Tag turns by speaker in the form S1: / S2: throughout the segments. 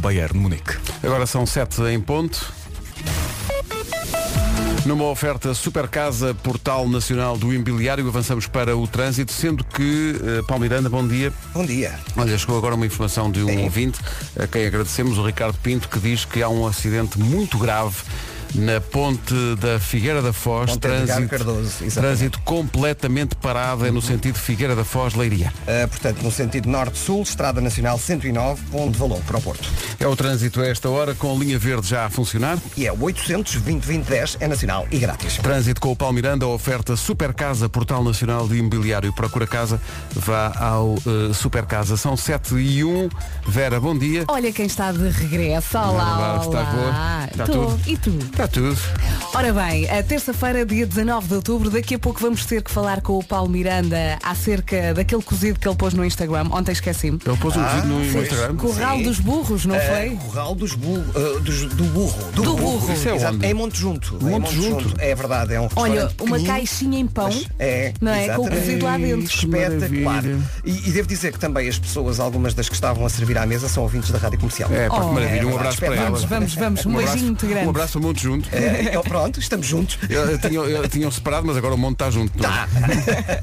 S1: Bayern de Munique.
S2: Agora são 7 em ponto. Numa oferta Super Casa, Portal Nacional do Imobiliário, avançamos para o trânsito, sendo que, eh, Paulo Miranda, bom dia.
S3: Bom dia.
S2: Olha, chegou agora uma informação de um ouvinte, a quem agradecemos, o Ricardo Pinto, que diz que há um acidente muito grave na ponte da Figueira da Foz,
S3: Ponte Edgar Cardoso, exatamente.
S2: trânsito completamente parado, é no sentido Figueira da Foz, Leiria.
S3: Ah, portanto, no sentido norte-sul, Estrada Nacional 109, ponto de valor para o Porto.
S2: É o trânsito a esta hora, com a linha verde já a funcionar.
S3: E é o 800 2010 é nacional e grátis.
S2: Trânsito com o Paulo Miranda, oferta Super Casa, Portal Nacional de Imobiliário. Procura casa, vá ao eh, Super Casa. São 7 e 1. Vera, bom dia.
S4: Olha quem está de regresso.
S2: Olá,
S4: Olá,
S2: estás boa?
S4: olá.
S2: é Está
S4: Tô.
S2: tudo?
S4: E tu?
S2: Está tudo.
S4: Ora bem, a terça-feira, dia 19 de outubro, daqui a pouco vamos ter que falar com o Paulo Miranda acerca daquele cozido que ele pôs no Instagram. Ontem esqueci-me.
S2: Ele pôs um
S3: Ah,
S2: vídeo no
S3: sim.
S2: Instagram. É.
S4: Corral
S3: Sim.
S4: dos burros, não
S3: Ah,
S4: foi?
S3: Corral dos bu- ah, dos- do burro.
S4: Do burro.
S2: Isso é
S3: Exato,
S2: onde?
S3: em Monte Junto. em
S2: Monte Junto.
S3: É verdade, é um
S4: Olha,
S3: restaurante
S4: uma
S3: pequenino,
S4: caixinha em pão,
S3: mas É,
S4: não é? Com o
S3: exatamente.
S4: cozido lá dentro.
S2: Que
S3: Espetacular.
S2: maravilha.
S3: E, e devo dizer que também as pessoas, algumas das que estavam a servir à mesa, são ouvintes da rádio comercial.
S2: É, pá, que
S4: Oh,
S2: maravilha. Um
S3: é,
S2: abraço para ela.
S4: Vamos, vamos, vamos. Um,
S2: Um abraço-
S4: beijinho muito grande.
S2: Um abraço a monte junto.
S3: É, então pronto, estamos juntos.
S2: Eu- eu tinha- eu- Tinham separado, mas agora o monte está junto.
S3: Tá,
S2: não é?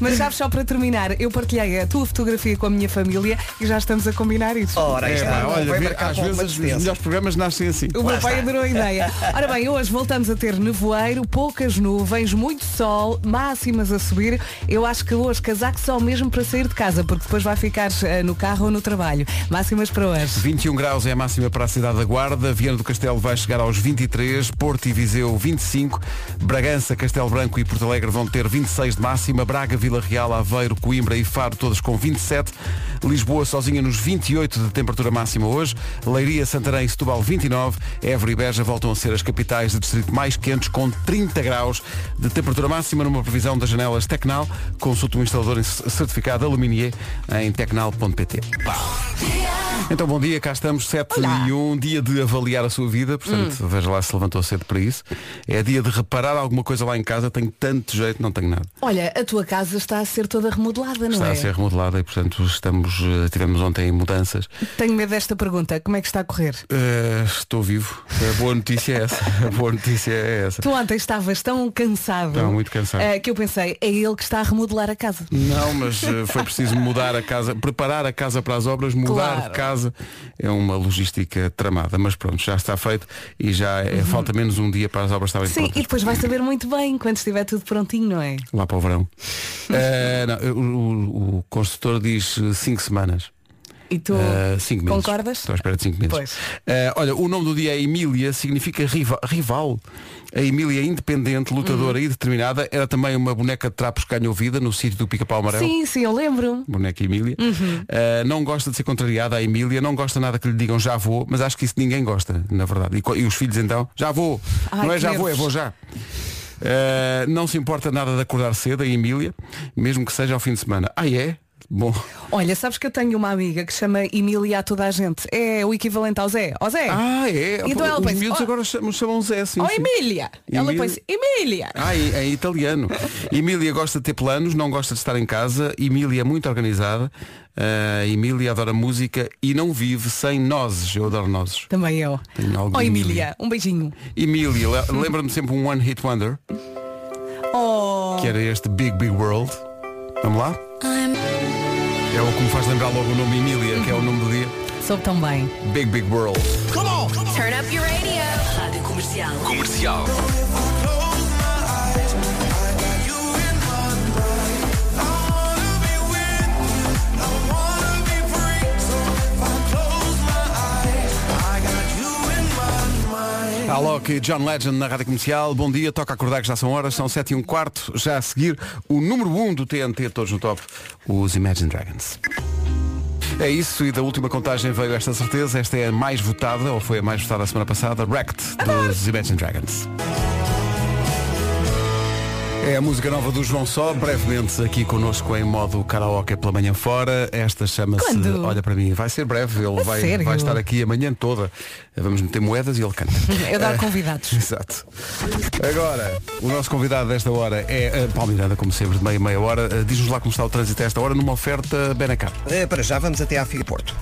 S4: Mas sabes, só para terminar, eu partilhei a tua fotografia com a minha família e já estamos a combinar isso.
S3: Ora, aí
S2: É,
S3: está.
S2: pá, olha,
S3: Vai
S2: vê-
S3: marcar
S2: às
S3: com uma
S2: vezes os
S3: despesa.
S2: melhores programas nascem assim.
S4: O meu
S3: está.
S4: pai adorou a ideia. Ora bem, hoje voltamos a ter nevoeiro, poucas nuvens, muito sol, máximas a subir. Eu acho que hoje casaco só mesmo para sair de casa, porque depois vai ficar eh, no carro ou no trabalho. Máximas para hoje.
S2: 21 graus é a máxima para a cidade da Guarda, Viana do Castelo vai chegar aos 23, Porto e Viseu 25, Bragança, Castelo Branco e Porto Alegre vão ter 26 de máxima, Braga, Vila Real, Aveiro, Coimbra e Faro todas com 27, Lisboa sozinha nos 28 de temperatura máxima hoje, Leiria, Santarém e Setúbal 29, Évora e Beja voltam a ser as capitais de distrito mais quentes com 30 graus de temperatura máxima numa previsão das janelas Tecnal, consulte um instalador em- certificado Aluminier em tecnal.pt. Então bom dia, cá estamos, 7 e 1, dia de avaliar a sua vida, portanto,
S4: Hum.
S2: veja lá se levantou cedo para isso. É dia de reparar alguma coisa lá em casa, tenho tanto jeito, não tenho nada.
S4: Olha, a tua casa está a ser toda remodelada, não
S2: Está
S4: é?
S2: a ser remodelada e portanto estamos, eh, tivemos ontem mudanças.
S4: Tenho medo desta pergunta. Como é que está a correr?
S2: Eh, estou vivo. A boa notícia é essa. A boa notícia é essa.
S4: Tu ontem estavas tão cansado.
S2: Estava muito cansado.
S4: eh, que eu pensei, é ele que está a remodelar a casa.
S2: Não, mas eh, foi preciso mudar a casa, preparar a casa para as obras, mudar
S4: Claro.
S2: de casa. É uma logística tramada, mas pronto, já está feito e já é- falta menos um dia para as obras estarem
S4: Uhum. Sim,
S2: prontas.
S4: e depois vai saber muito bem quando estiver tudo prontinho, não é?
S2: Lá para o verão. Eh, não, o, o- o construtor diz 5 semanas.
S4: E tu
S2: 5 meses.
S4: concordas?
S2: Estou à espera de 5 meses.
S4: Pois.
S2: Eh, olha, o nome do dia é Emília, significa riva- rival. A Emília é independente,
S4: Uhum.
S2: lutadora e determinada, era também uma boneca de trapos que ganhou vida no sítio do Pica-Pau Amarelo.
S4: Sim, sim, eu lembro.
S2: Boneca Emília. Eh, não gosta de ser contrariada a Emília, não gosta nada que lhe digam já vou, mas acho que isso ninguém gosta, na verdade. E, co- e os filhos então, já vou.
S4: Ai,
S2: não é
S4: que
S2: já vou, é
S4: nervos.
S2: vou já. Eh, não se importa nada de acordar cedo, a Emília, mesmo que seja ao fim de semana. Ah, é? Bom,
S4: Olha, sabes que eu tenho uma amiga que chama Emília a toda a gente. É o equivalente ao Zé. Ó Zé!
S2: ah, é?
S4: Então ela
S2: Os
S4: pensa,
S2: miúdos
S4: "Oh."
S2: agora chamam, chamam Zé, sim,
S4: Ó
S2: sim.
S4: Emília! Ela
S2: Emília-
S4: pensa, Emília!
S2: Ah, em, em italiano. Emília gosta de ter planos, não gosta de estar em casa. Emília é muito organizada. Eh, Emília adora música e não vive sem nozes. Eu adoro nozes.
S4: Também eu.
S2: Tenho algo
S4: Ó
S2: de
S4: Emília, um beijinho.
S2: Emília, le- lembra-me sempre um One Hit Wonder,
S4: Oh!
S2: que era este Big Big World. Vamos lá? É o que me faz lembrar logo o nome Emília, que é o nome do dia.
S4: Soube tão bem.
S2: Big Big World.
S5: Turn up your radio. Rádio Comercial.
S2: Alok Tá e John Legend na Rádio Comercial. Bom dia, toca acordar que já são horas, são 7 e um quarto. Já a seguir, o número 1 um do TNT, todos no top, os Imagine Dragons. É isso, e da última contagem veio esta certeza. Esta é a mais votada, ou foi a mais votada a semana passada, Wrecked, dos Imagine Dragons. É a música nova do João Só, brevemente aqui connosco em modo karaoke pela manhã fora. Esta chama-se
S4: Quando?
S2: Olha para mim, vai ser breve, ele
S4: A
S2: vai,
S4: sério?
S2: vai estar aqui a manhã toda. Vamos meter moedas e ele canta.
S4: Eu
S2: É.
S4: dar convidados.
S2: Exato. Agora, o nosso convidado desta hora é eh, Paulo Miranda, como sempre, de meia a meia hora. Eh, Diz-nos lá como está o trânsito a esta hora numa oferta Benacar.
S3: Ah, para já vamos até à Figa Porto.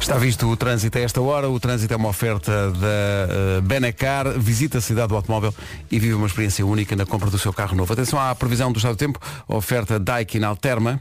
S2: Está visto o trânsito a esta hora. O trânsito é uma oferta da eh, Benacar. Visita a cidade do automóvel e vive uma experiência única na compra do seu carro novo. Atenção à previsão do estado do tempo. Oferta Daikin Alterma.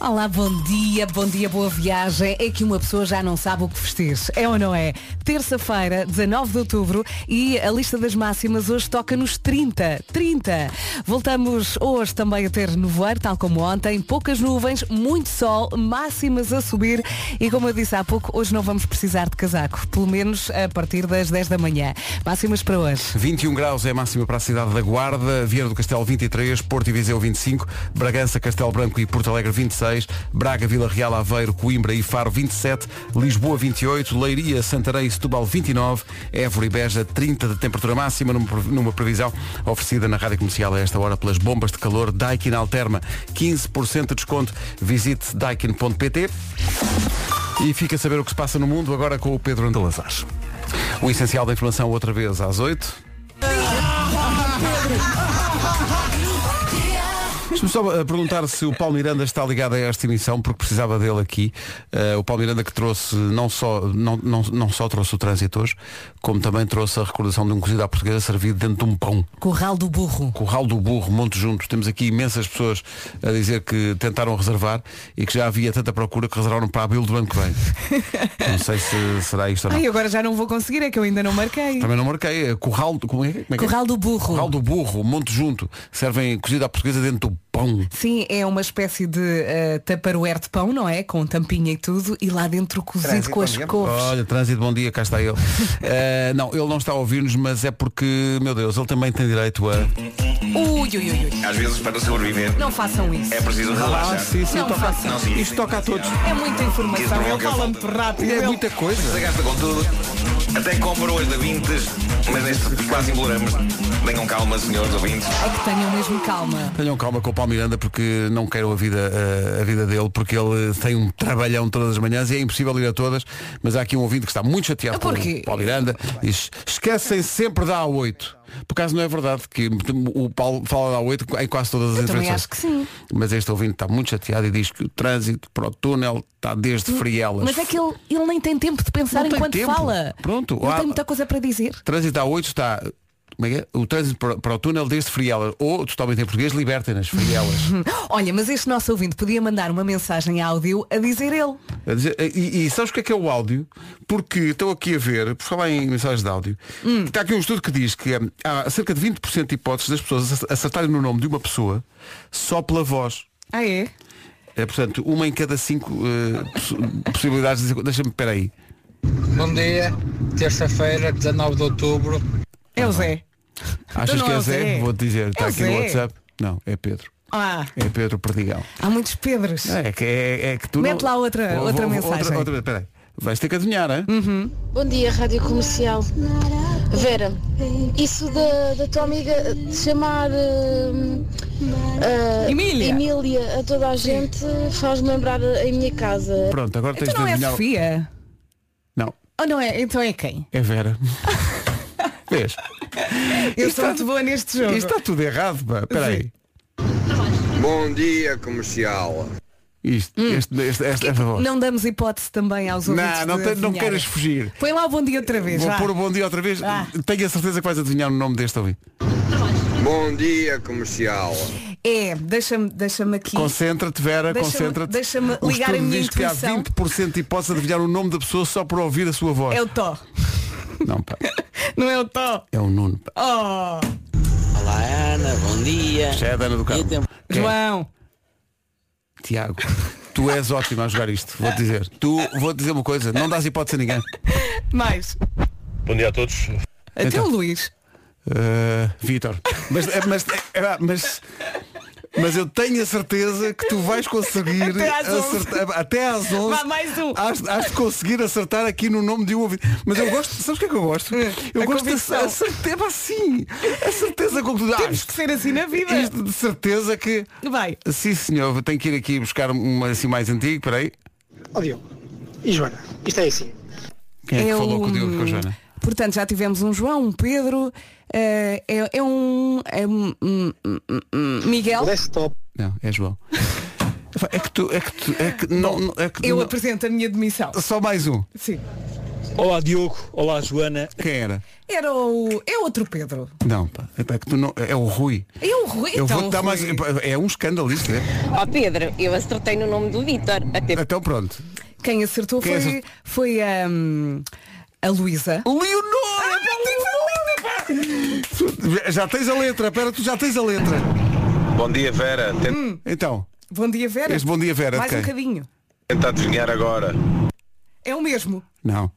S4: Olá, bom dia, bom dia, boa viagem. É que uma pessoa já não sabe o que vestir. É ou não é? Terça-feira, 19 de outubro, e a lista das máximas hoje toca nos 30. 30! Voltamos hoje também a ter nevoeiro, tal como ontem, poucas nuvens, muito sol, máximas a subir e como eu disse há pouco, hoje não vamos precisar de casaco, pelo menos a partir das 10 da manhã. Máximas para hoje.
S2: 21 graus é a máxima para a cidade da Guarda, Vieira do Castelo 23, Porto e Viseu 25, Bragança, Castelo Branco e Porto Alegre 26, Braga, Vila Real, Aveiro, Coimbra e Faro 27, Lisboa 28, Leiria, Santarém e Setúbal 29, Évora e Beja 30 de temperatura máxima numa, pre- numa previsão oferecida na Rádio Comercial a esta hora pelas bombas de calor Daikin Alterma. 15% de desconto. Visite daikin.pt e fica a saber o que se passa no mundo agora com o Pedro Andalazar. O essencial da informação outra vez às 8. Deixa-me só uh, perguntar se o Paulo Miranda está ligado a esta emissão, porque precisava dele aqui. Uh, o Paulo Miranda que trouxe, não só, não, não, não só trouxe o trânsito hoje, como também trouxe a recordação de um cozido à portuguesa servido dentro de um pão.
S4: Corral do Burro.
S2: Corral do Burro, Monte Juntos. Temos aqui imensas pessoas a dizer que tentaram reservar e que já havia tanta procura que reservaram para abril do ano que vem. não sei se será isto ou não.
S4: Ai, agora já não vou conseguir, é que eu ainda não marquei.
S2: Também não marquei. É Corral, do- como é, que é? como é que é?
S4: Corral do Burro.
S2: Corral do Burro, Monte Junto. Servem cozido à portuguesa dentro do pão.
S4: Sim, é uma espécie de uh, taparoer de pão, não é? Com tampinha e tudo, e lá dentro cozido
S3: Trânsito,
S4: com as
S3: bom dia.
S4: couves.
S2: Olha, trânsito, bom dia, cá está eu. não, ele não está a ouvir-nos, mas é porque, meu Deus, ele também tem direito a.
S4: Ui, ui, ui, ui.
S1: Às vezes, para sobreviver,
S4: Não façam isso.
S1: é preciso
S6: Ah,
S2: Ah,
S1: relaxar.
S4: Não façam.
S1: Não se irritem.
S2: Isto toca a todos.
S4: É muita informação. Ele fala muito rápido.
S2: É
S4: ele-
S2: muita coisa.
S1: Se gasta com tudo. Até compro hoje da Vintes, mas neste quase imploramos. Tenham calma, senhores ouvintes.
S4: É que tenham mesmo calma.
S2: Tenham calma com o Paulo Miranda porque não quero a vida, eh, a vida dele, porque ele tem um trabalhão todas as manhãs e é impossível ir a todas, mas há aqui um ouvinte que está muito chateado com
S4: Por quê?
S2: o Paulo Miranda. Diz, esquecem sempre da A8. Por acaso não é verdade que o Paulo fala da A8 em quase todas as
S4: Eu também
S2: intervenções.
S4: acho que sim.
S2: Mas este ouvinte está muito chateado e diz que o trânsito para o túnel está desde Frielas.
S4: Mas é que ele, ele nem tem tempo de pensar
S2: Não tem
S4: enquanto
S2: tempo.
S4: fala.
S2: Pronto.
S4: Não
S2: Ah,
S4: tem muita coisa para dizer.
S2: Trânsito A8 está. como é que é? O trânsito para, para o túnel desde Frielas. Ou, totalmente em português, libertem-nas, Frielas.
S4: Olha, mas este nosso ouvinte podia mandar uma mensagem áudio a dizer ele.
S2: A dizer- E, e sabes o que é que é o áudio? Porque estou aqui a ver, por falar em mensagens de áudio, está aqui um estudo que diz que hum, há cerca de 20% de hipóteses das pessoas ac- acertarem no nome de uma pessoa só pela voz.
S4: Ah, é?
S2: É, portanto, uma em cada cinco eh, poss- possibilidades de dizer. Deixa-me, peraí.
S7: Bom dia, terça-feira, 19 de outubro.
S4: É o Zé.
S2: Achas
S4: Então
S2: que
S4: não
S2: é
S4: é o
S2: Zé?
S4: Zé.
S2: Vou-te dizer, está
S4: É o
S2: aqui no
S4: Zé.
S2: WhatsApp. Não, é Pedro.
S4: Ah,
S2: É Pedro Perdigão.
S4: há muitos Pedros.
S2: É que, é, é que tu
S4: Mete
S2: não-
S4: lá outra-
S2: Vou-
S4: outra
S2: vou-
S4: mensagem. Hum.
S2: outra- peraí. Vais ter que adivinhar, hein?
S8: Bom dia, Rádio Comercial. Vera, isso da, da tua amiga de chamar hum, ah,
S4: Emília.
S8: Emília a toda a gente faz-me lembrar a minha casa.
S2: Pronto, agora tens
S4: Então não
S2: de
S4: é a
S2: adivinhar.
S4: Sofia?
S2: não,
S4: Ou não é? Então é quem?
S2: é Vera. Vês?
S4: Eu
S2: Isto
S4: sou
S2: é-
S4: muito boa neste jogo.
S2: Isto está tudo errado, pá. Espera aí.
S9: Bom dia, comercial.
S2: Isto,
S4: Hum.
S2: este, este, esta, esta voz.
S4: Não damos hipótese também aos
S2: Não,
S4: ouvintes
S2: não,
S4: de
S2: te- não
S4: adivinharem.
S2: queres fugir.
S4: Põe lá o bom dia outra vez.
S2: Vou
S4: vá.
S2: pôr o bom dia outra vez.
S4: Ah.
S2: Tenho a certeza que vais adivinhar o nome deste ouvinte.
S9: Bom dia, comercial.
S4: É, deixa-me deixa aqui.
S2: Concentra-te, Vera,
S4: Deixa-me-
S2: concentra-te.
S4: deixa-me
S2: O
S4: ligar
S2: estudo
S4: a minha
S2: diz que há
S4: intuição.
S2: 20% de hipótese de adivinhar o nome da pessoa só por ouvir a sua voz.
S4: É o Tó.
S2: Não, pá.
S4: Não é o Tó.
S2: É o Nuno. Pá.
S4: Oh,
S10: Olá Ana, bom dia.
S2: Já é a Dana do Carmo.
S10: Então,
S2: Quem é?
S4: João.
S2: Tiago. Tu és ótimo a jogar isto, vou-te dizer. Tu, vou-te dizer uma coisa, não dás hipótese a ninguém.
S4: Mais.
S11: Bom dia a todos.
S4: Até
S2: Então.
S4: o Luís.
S2: Uh, Vitor. Mas, é, mas, é, é, mas, mas eu tenho a certeza que tu vais conseguir
S4: Até às 11.
S2: acertar, até às 11.
S4: Vá, mais um.
S2: Has, has de conseguir acertar aqui no nome de um ouvido. Mas eu gosto, sabes o que é que eu gosto? Eu
S4: A
S2: gosto
S4: convicção.
S2: a certeza assim. A certeza com que tu
S4: Temos que ser assim na vida.
S2: Ah, isto de certeza que.
S4: Vai.
S2: Sim senhor, tenho que ir aqui buscar uma assim mais antiga, peraí.
S12: Ó Diogo, e Joana, isto é assim.
S2: Quem é que
S4: É
S2: falou com o
S4: um-
S2: Diogo e com a Joana?
S4: Portanto, já tivemos um João, um Pedro, eh, é, é um, é um- um- um- um- um- Miguel.
S12: Desktop,
S2: Não, é João. É que tu, é que tu, é que não, não- é que
S4: Eu
S2: não-
S4: apresento a minha demissão.
S2: Só mais um.
S4: Sim.
S11: Olá Diogo, olá Joana.
S2: Quem era?
S4: Era o. É outro Pedro.
S2: Não, pá, é pá, que tu não, é o Rui.
S4: É o Rui.
S2: Eu
S4: então,
S2: vou dar
S4: Rui.
S2: mais. É um escândalo isto, é?
S13: Ó Pedro, eu acertei no nome do Vítor.
S4: É.
S13: Até...
S2: Então pronto.
S4: Quem acertou
S2: Quem
S4: foi,
S2: acertou?
S4: foi hum, a Luísa. Ah,
S2: Leonora! Já tens a letra, pera, tu já tens a letra.
S14: Bom dia, Vera. Tenta,
S15: Hum.
S2: Então,
S4: Bom dia, Vera.
S2: Este bom dia, Vera, de
S4: Mais um
S2: quem?
S4: bocadinho.
S14: tenta adivinhar agora.
S4: É o mesmo.
S2: não.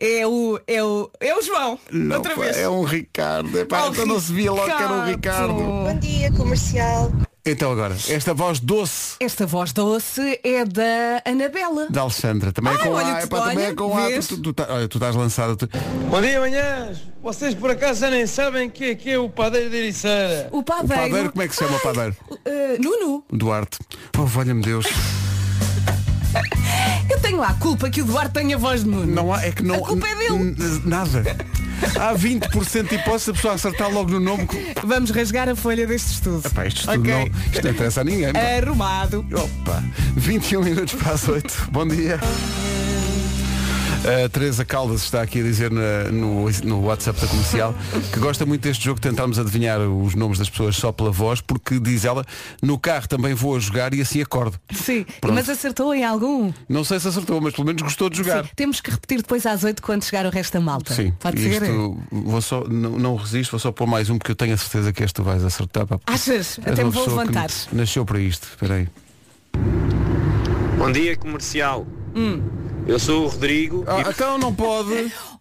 S4: É o. É o. É o João.
S2: Não,
S4: Outra
S2: pá,
S4: vez.
S2: é um Ricardo. É pá,
S4: Oh,
S2: então não se via logo que era um Ricardo.
S4: Bom dia, comercial.
S2: Então agora, esta voz doce
S4: Esta voz doce é da Anabela.
S2: da Alexandra. Também é
S4: Ah,
S2: com
S4: olha
S2: A,
S4: que
S2: é pá, também é
S4: olha,
S2: com A.
S4: vês?
S2: Tu, tu, tá- olha, tu estás lançada. tu-
S16: Bom dia, manhãs. Vocês por acaso já nem sabem que é que é o padeiro de Ericeira.
S4: O
S2: O
S4: padeiro.
S2: padeiro, como é que se chama o padeiro?
S4: Eh, Nuno,
S2: Duarte. Pô, valha-me Deus.
S4: eu tenho lá a culpa que o Duarte tenha voz de Nuno.
S2: Não há, é que não.
S4: A culpa é dele.
S2: n- n- Nada. Há 20% de hipótese da pessoa acertar logo no nome.
S4: Vamos rasgar a folha deste estudo.
S2: Epá, isto, tudo
S4: Ok.
S2: não, isto não é? interessa a ninguém. pá.
S4: Arrumado.
S2: Opa, 21 minutos para as 8. Bom dia. A Teresa Caldas está aqui a dizer na- no, no WhatsApp da comercial que gosta muito deste jogo de tentarmos adivinhar os nomes das pessoas só pela voz, porque diz ela, no carro também vou a jogar e assim acordo.
S4: Sim,
S2: Pronto.
S4: mas acertou em algum?
S2: Não sei se acertou, mas pelo menos gostou de jogar.
S4: Sim, temos que repetir depois às 8 quando chegar o resto da malta.
S2: Sim,
S4: Pode ser?
S2: isto vou só, não, não resisto, vou só pôr mais um porque eu tenho a certeza que este tu vais acertar. pá. És
S4: Achas?
S2: uma
S4: Até me vou
S2: pessoa que
S4: levantar.
S2: Nasceu para isto, espera aí.
S17: Bom dia, comercial.
S15: Hum.
S17: Eu sou o Rodrigo.
S2: Ah, então não pode.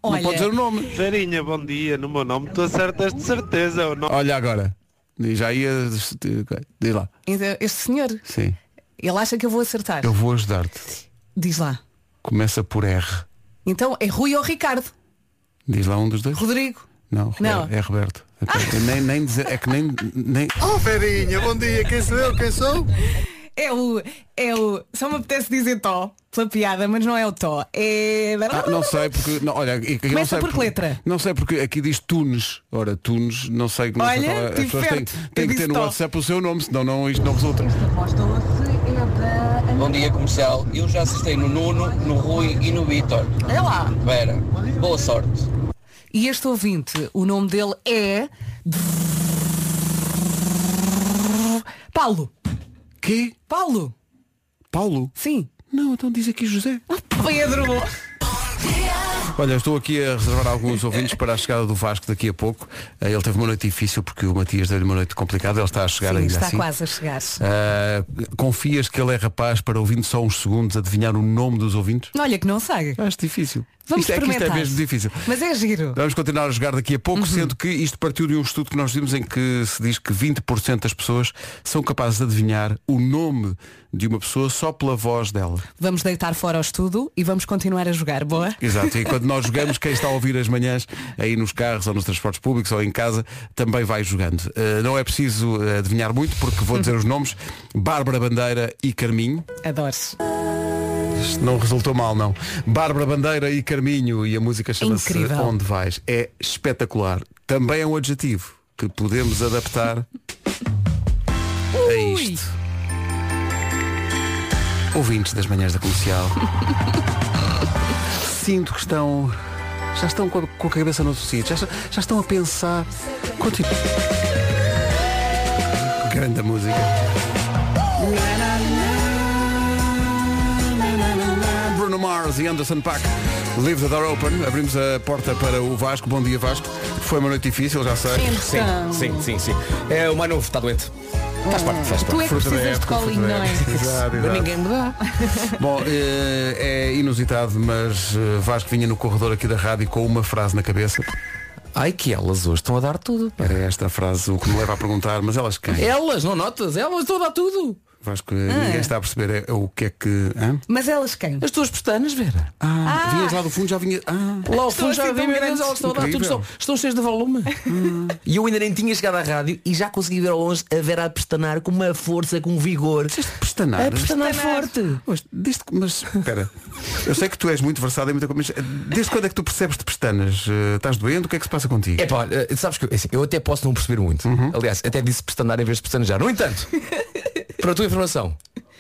S17: Olha.
S2: Não pode dizer o nome.
S17: Verinha, bom dia. No meu nome tu acertas de certeza. O nome...
S2: Olha agora. E já ia. Diz lá.
S4: Então, Este senhor,
S2: Sim.
S4: ele acha que eu vou acertar.
S2: Eu vou ajudar-te.
S4: Diz lá.
S2: Começa por R.
S4: Então é Rui ou Ricardo?
S2: Diz lá um dos dois.
S4: Rodrigo.
S2: Não, Roberto.
S4: Não. Ah.
S2: é Roberto. Eu Nem, nem dizer, é que nem. nem...
S4: Oh, Ferinha, bom dia. Quem sou eu? Quem sou? É o. É o. Só me apetece dizer Tó, pela piada, mas não é o Tó. É.
S2: Ah, não sei porque. Não, olha, aqui- aqui não
S4: Começa
S2: sei
S4: por que
S2: porque-
S4: letra?
S2: Não sei porque aqui diz Tunes. Ora, Tunes, não sei como
S4: Olha,
S2: é que
S4: tive
S2: pessoas têm,
S4: perto.
S2: têm que
S4: Eu disse
S2: ter no
S4: Tó.
S2: WhatsApp o seu nome, senão não, isto não resulta.
S10: Bom dia comercial, eu já acertei no Nuno, no Rui e no Vitor.
S4: É lá.
S10: Vera, boa sorte.
S4: E este ouvinte, o nome dele é. Paulo.
S2: Quê?
S4: Paulo.
S2: Paulo?
S4: Sim.
S2: Não, então diz aqui José.
S4: Ah, Pedro.
S2: Olha, estou aqui a reservar alguns ouvintes para a chegada do Vasco daqui a pouco. Eh, Ele teve uma noite difícil porque o Matias deu-lhe uma noite complicada. Ele está a chegar
S4: Sim,
S2: ainda
S4: está
S2: assim.
S4: quase a chegar.
S2: Eh, confias que ele é rapaz para, ouvindo só uns segundos, adivinhar o nome dos ouvintes?
S4: Olha que não sai.
S2: Acho difícil.
S4: Vamos
S2: isto é que isto é
S4: experimentar. Uhum.
S2: mesmo difícil.
S4: Mas é giro.
S2: Vamos continuar a jogar daqui a pouco, sendo que isto partiu de um estudo que nós vimos em que se diz que 20% das pessoas são capazes de adivinhar o nome de uma pessoa só pela voz dela.
S4: Vamos deitar fora o estudo e vamos continuar a jogar, boa?
S2: Exato, e quando nós jogamos, quem está a ouvir as manhãs, aí nos carros ou nos transportes públicos ou em casa, também vai jogando. Eh, não é preciso eh, adivinhar muito, porque vou dizer os nomes, Bárbara Bandeira e Carminho.
S4: Adores.
S2: Isto não resultou mal, não. Bárbara Bandeira e Carminho, e a música chama-se
S4: Incrível.
S2: Onde Vais. É espetacular. Também é um adjetivo que podemos adaptar a isto. Ouvintes das manhãs da comercial. Sinto que estão. Já estão com a, com a cabeça noutro sítio. Já, já estão a pensar. Continua. Grande música. Bruno Mars e Anderson Paak. Leave the door open. Abrimos a porta para o Vasco. Bom dia, Vasco. Foi uma noite difícil, já sei.
S4: Então.
S18: Sim, sim, sim. É, o mais novo está doente. Faz parte, faz parte.
S4: Tu é que
S2: Fruta da
S4: precisas de
S2: época,
S4: colinho,
S2: fruta da
S4: não é?
S2: época. Exato, exato.
S4: Ninguém me dá.
S2: Bom, eh, é inusitado, mas eh, Vasco vinha no corredor aqui da rádio com uma frase na cabeça. Ai que elas hoje estão a dar tudo. Era esta a frase o que me leva a perguntar, mas elas quem?
S18: Elas, não notas? Elas estão a dar tudo.
S2: Vasco, eh, ninguém está a perceber é, é o que é que. hã?
S4: Mas elas quem?
S18: As tuas pestanas, Vera.
S2: Ah, vinhas lá do fundo, já vinha. Ah.
S18: Lá ao fundo
S13: um
S18: já vi, meu Deus, elas estão a dar tudo.
S2: Incrível.
S18: Estão, estão cheias de volume. E eu ainda nem tinha chegado à rádio e já consegui ver ao longe a Vera a pestanar com uma força, com um vigor.
S2: é Pestanar.
S18: A É pestanar forte.
S2: Mas, desde, que- mas espera, eu sei que tu és muito versado em muita coisa, mas desde quando é que tu percebes de pestanas? Eh, estás doente? O que é que se passa contigo?
S18: É pá, sabes que assim, eu até posso Uhum. não perceber muito. Aliás, até disse pestanar em vez de pestanejar. No entanto, para a tua informação,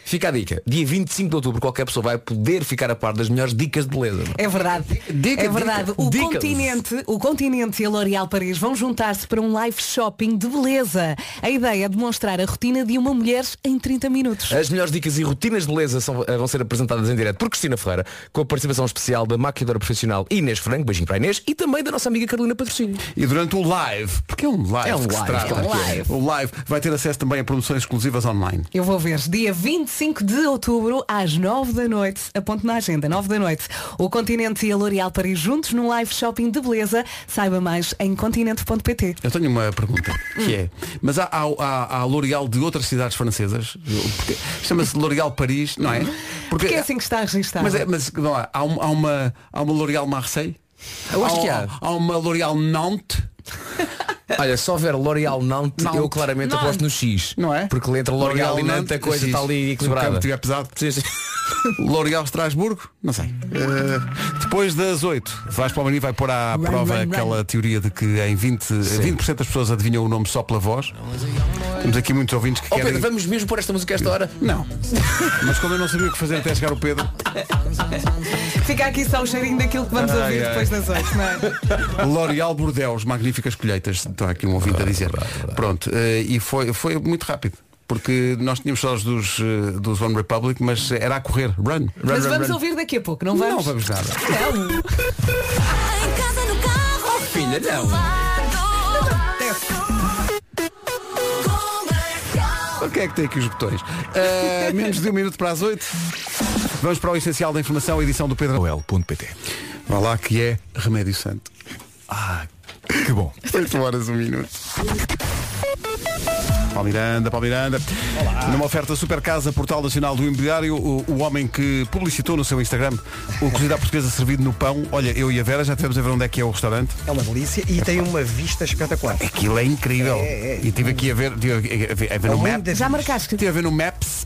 S18: Fica a dica. Dia 25 de outubro qualquer pessoa vai poder ficar a par das melhores dicas de beleza.
S4: É verdade.
S18: Dica,
S4: é verdade.
S18: dica,
S4: o
S18: dicas.
S4: continente, o continente e a L'Oréal Paris vão juntar-se para um live shopping de beleza. A ideia é demonstrar a rotina de uma mulher em 30 minutos.
S18: As melhores dicas e rotinas de beleza são- eh, vão ser apresentadas em direto por Cristina Ferreira, com a participação especial da maquiadora profissional Inês Franco, beijinho para a Inês, e também da nossa amiga Carolina Patrocínio.
S2: E durante o live, porque é um live
S18: É um
S2: que se
S18: live,
S2: trata.
S18: é um live.
S2: O live vai ter acesso também a promoções exclusivas online.
S4: Eu vou ver. Dia 25 de outubro, às 9 da noite. Aponte na agenda, 9 da noite. O Continente e a L'Oréal Paris juntos num live shopping de beleza. Saiba mais em continente.pt.
S2: Eu tenho uma pergunta, que é, mas há, há, há, há L'Oréal de outras cidades francesas? Porque Chama-se L'Oréal Paris, não é?
S4: Porque, é assim que está registado.
S2: Mas, é, mas vamos lá, há, um- há uma, há uma L'Oréal Marseille?
S18: Eu acho
S2: há, um,
S18: que há.
S2: Há uma L'Oréal Nantes? Eh,
S18: Olha, só ver L'Oréal Nantes,
S2: Nantes.
S18: eu claramente
S2: Nantes.
S18: aposto no X.
S2: Não é?
S18: Porque entre L'Oréal e Nantes a coisa
S2: X.
S18: está ali
S2: Se o
S18: equilibrada.
S2: campo estiver pesado. L'Oréal Estrasburgo? Não sei. Eh, depois das 8, Vasco Palmeirinho vai pôr à
S18: Run,
S2: prova
S18: run, run.
S2: aquela teoria de que em 20, 20% das pessoas adivinham o nome só pela voz. Temos aqui muitos ouvintes que
S18: Oh
S2: querem...
S18: Pedro, vamos mesmo pôr esta música a esta hora?
S2: Não. Mas como eu não sabia o que fazer até chegar o Pedro,
S4: Fica aqui só o cheirinho daquilo que vamos
S2: Ai,
S4: ouvir
S2: ai.
S4: depois das 8, não é?
S2: L'Oréal Bordeaux, magníficas colheitas, está aqui um ouvinte a dizer. Pronto, eh, e foi, foi muito rápido. Porque nós tínhamos só os dos, eh, dos One Republic, mas era a correr. Run. run
S4: Mas
S2: run,
S4: vamos
S2: run.
S4: ouvir daqui a pouco, não vamos?
S2: Não vamos nada.
S4: Não.
S18: Oh filha, não.
S2: O que é que tem aqui os botões? Eh, menos de um minuto para as oito. Vamos para o essencial da informação, edição do Pedro L.pt. Vá lá que é Remédio Santo. Ah, que bom. 8 horas, um minuto. Paulo Miranda, Paulo Miranda. Numa oferta Super Casa, Portal Nacional do Imobiliário, o, o homem que publicitou no seu Instagram o cozida à portuguesa servido no pão. Olha, eu e a Vera já tivemos a ver onde é que é o restaurante.
S3: É uma delícia e tem uma vista espetacular.
S2: Aquilo é incrível.
S3: É, é.
S2: E estive aqui a ver, tive a ver, a
S3: É
S2: ver no
S3: o mundo
S2: Maps.
S3: da
S2: Já marcaste? Estive a ver no Maps.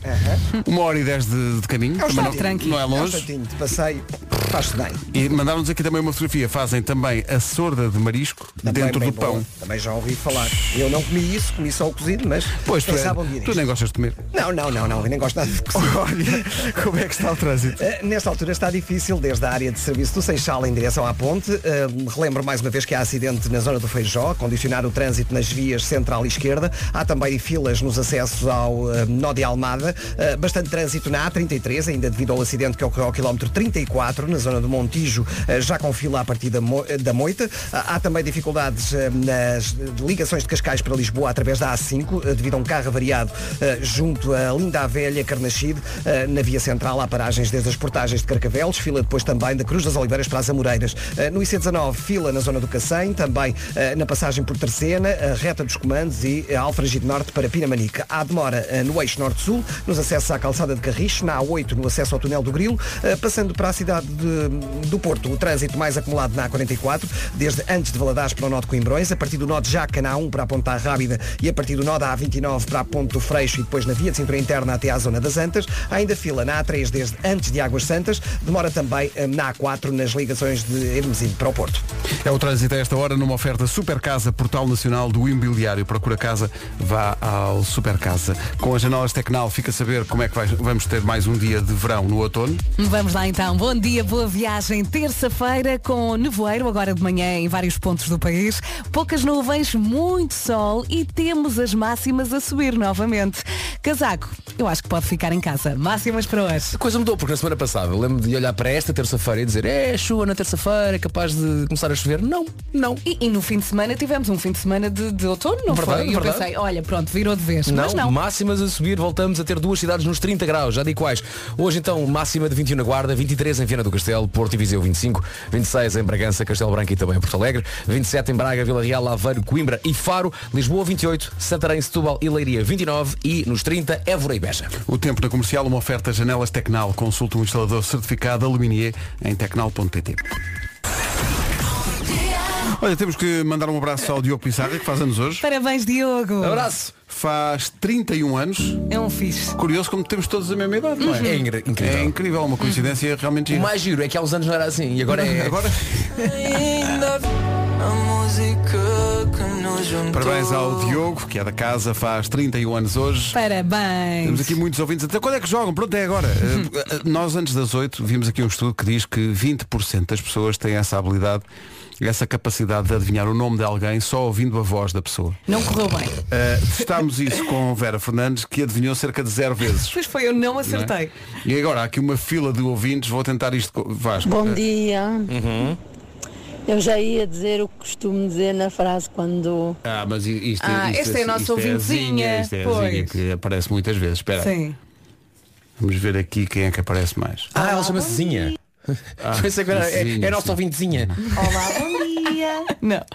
S2: Uma hora e dez de, de caminho.
S3: É um
S2: Também
S3: instantinho.
S2: não, não é
S3: um
S2: longe.
S3: instantinho de passeio. Faz-se bem.
S2: E mandaram-nos aqui também uma fotografia. Fazem também a sorda de marisco
S3: Também
S2: dentro
S3: bem
S2: do pão.
S3: boa. Também já ouvi falar. Eu não comi isso, comi só o cozido, mas
S2: Pois tu,
S3: quem
S2: é-
S3: sabe um dia
S2: tu
S3: disto.
S2: nem gostas de comer.
S3: Não, não, não, não, eu nem gosto nada de cozido.
S2: Olha, como é que está o trânsito?
S3: Eh, Nesta altura está difícil, desde a área de serviço do Seixal em direção à ponte. Eh, relembro mais uma vez que há acidente na zona do Feijó, condicionar o trânsito nas vias central e esquerda. Há também filas nos acessos ao eh, Nó de Almada. Eh, bastante trânsito na A33, ainda devido ao acidente que ocorreu ao quilómetro 34, na zona do Montijo, eh, já com fila a partir da, Mo- eh, da Moita. Ah, Há também dificuldades eh, nas ligações de Cascais para Lisboa através da A5, eh, devido a um carro avariado eh, junto à Linda a Velha, Carnachide, eh, na via central há paragens desde as portagens de Carcavelos, fila depois também da Cruz das Oliveiras para as Amoreiras. Eh, No IC19, fila na zona do Cacém, também eh, na passagem por Terceira, a reta dos comandos e a Alfragide Norte para Pinamanique. Há demora eh, no eixo Norte-Sul, nos acessos à calçada de Carris, na A8 no acesso ao túnel do Grilo, eh, passando para a cidade de- do Porto. O trânsito mais acumulado na A44, desde antes de Valadares para o Nó de Coimbrões, a partir do Nó de Jaca na A1 para a Ponta Rábida e a partir do Nó da A29 para a Ponte do Freixo e depois na via de cintura interna até à Zona das Antas. Há ainda fila na A3 desde antes de Águas Santas, demora também eh, na A4 nas ligações de Hermesinde para o Porto.
S2: É o trânsito a esta hora numa oferta Super Casa, Portal Nacional do Imobiliário. Procura casa, vá ao Super Casa. Com as janelas Tecnal, fica a saber como é que vai- vamos ter mais um dia de verão no outono.
S4: Vamos lá então, bom dia, boa viagem. Terça-feira com nevoeiro, agora de manhã em vários pontos do país. Poucas nuvens, muito sol e temos as máximas a subir novamente. Casaco, eu acho que pode ficar em casa. Máximas para hoje.
S18: A coisa mudou, porque na semana passada eu lembro de olhar para esta terça-feira e dizer é chuva na terça-feira, capaz de começar a chover. Não.
S4: Não. E, e no fim de semana tivemos um fim de semana de, de outono, não
S18: Verdade,
S4: foi? E eu
S18: verdade.
S4: pensei, olha, pronto, virou de vez.
S18: Não,
S4: Mas não.
S18: máximas a subir, voltamos a ter duas cidades nos 30 graus, já digo quais. Hoje então, máxima de 21 na Guarda, 23 em Viana do Castelo, Porto e Viseu 25, 26 em Bragança, Castelo Branco e também Porto Alegre, 27 em Braga, Vila Real, Aveiro, Coimbra e Faro, Lisboa 28, Santarém, Setúbal e Leiria 29 e nos 30, Évora e Beja.
S2: O tempo na comercial, uma oferta Janelas Tecnal. Consulta um instalador certificado aluminier em tecnal.pt. Olha, temos que mandar um abraço ao Diogo Pissarra, que faz anos hoje.
S4: Parabéns,
S18: Um
S4: Diogo.
S2: Faz 31 anos.
S4: É um fixe.
S2: Curioso como temos todos a mesma idade, não é?
S18: Uhum. É ingr- incrível.
S2: É incrível, uma coincidência realmente
S18: O
S2: gira.
S18: é- mais giro é que há uns anos não era assim e agora é...
S2: Agora-
S19: A música que nos juntou.
S2: Parabéns ao Diogo, que é da casa, faz 31 anos hoje. Temos
S4: Parabéns.
S2: aqui muitos ouvintes. Até quando é que jogam? Pronto, é agora. Eh, Nós, antes das 8, vimos aqui um estudo que diz que 20% das pessoas têm essa habilidade, essa capacidade de adivinhar o nome de alguém só ouvindo a voz da pessoa.
S4: Não correu bem.
S2: Eh, testámos isso com Vera Fernandes, que adivinhou cerca de zero vezes.
S4: Pois foi, eu não
S2: não é?
S4: acertei.
S2: E agora, há aqui uma fila de ouvintes. Vou tentar isto. co- Vasco.
S20: Bom
S2: Eh,
S20: dia.
S2: Uhum.
S20: Eu já ia dizer o que costumo dizer na frase quando.
S2: Ah, mas i- isto,
S20: Ah,
S2: isto,
S20: esta é a nossa
S2: isto a
S20: ouvintezinha,
S2: Zinha, isto é a Zinha
S20: pois.
S2: que aparece muitas vezes. Espera. aí.
S4: Sim.
S2: Vamos ver aqui quem é que aparece mais.
S18: Ah, ela chama-se Zinha. Pensei que era- é-
S2: Zinha,
S18: é a nossa
S2: sim.
S18: ouvintezinha.
S21: Olá, bom dia.
S4: É. Não.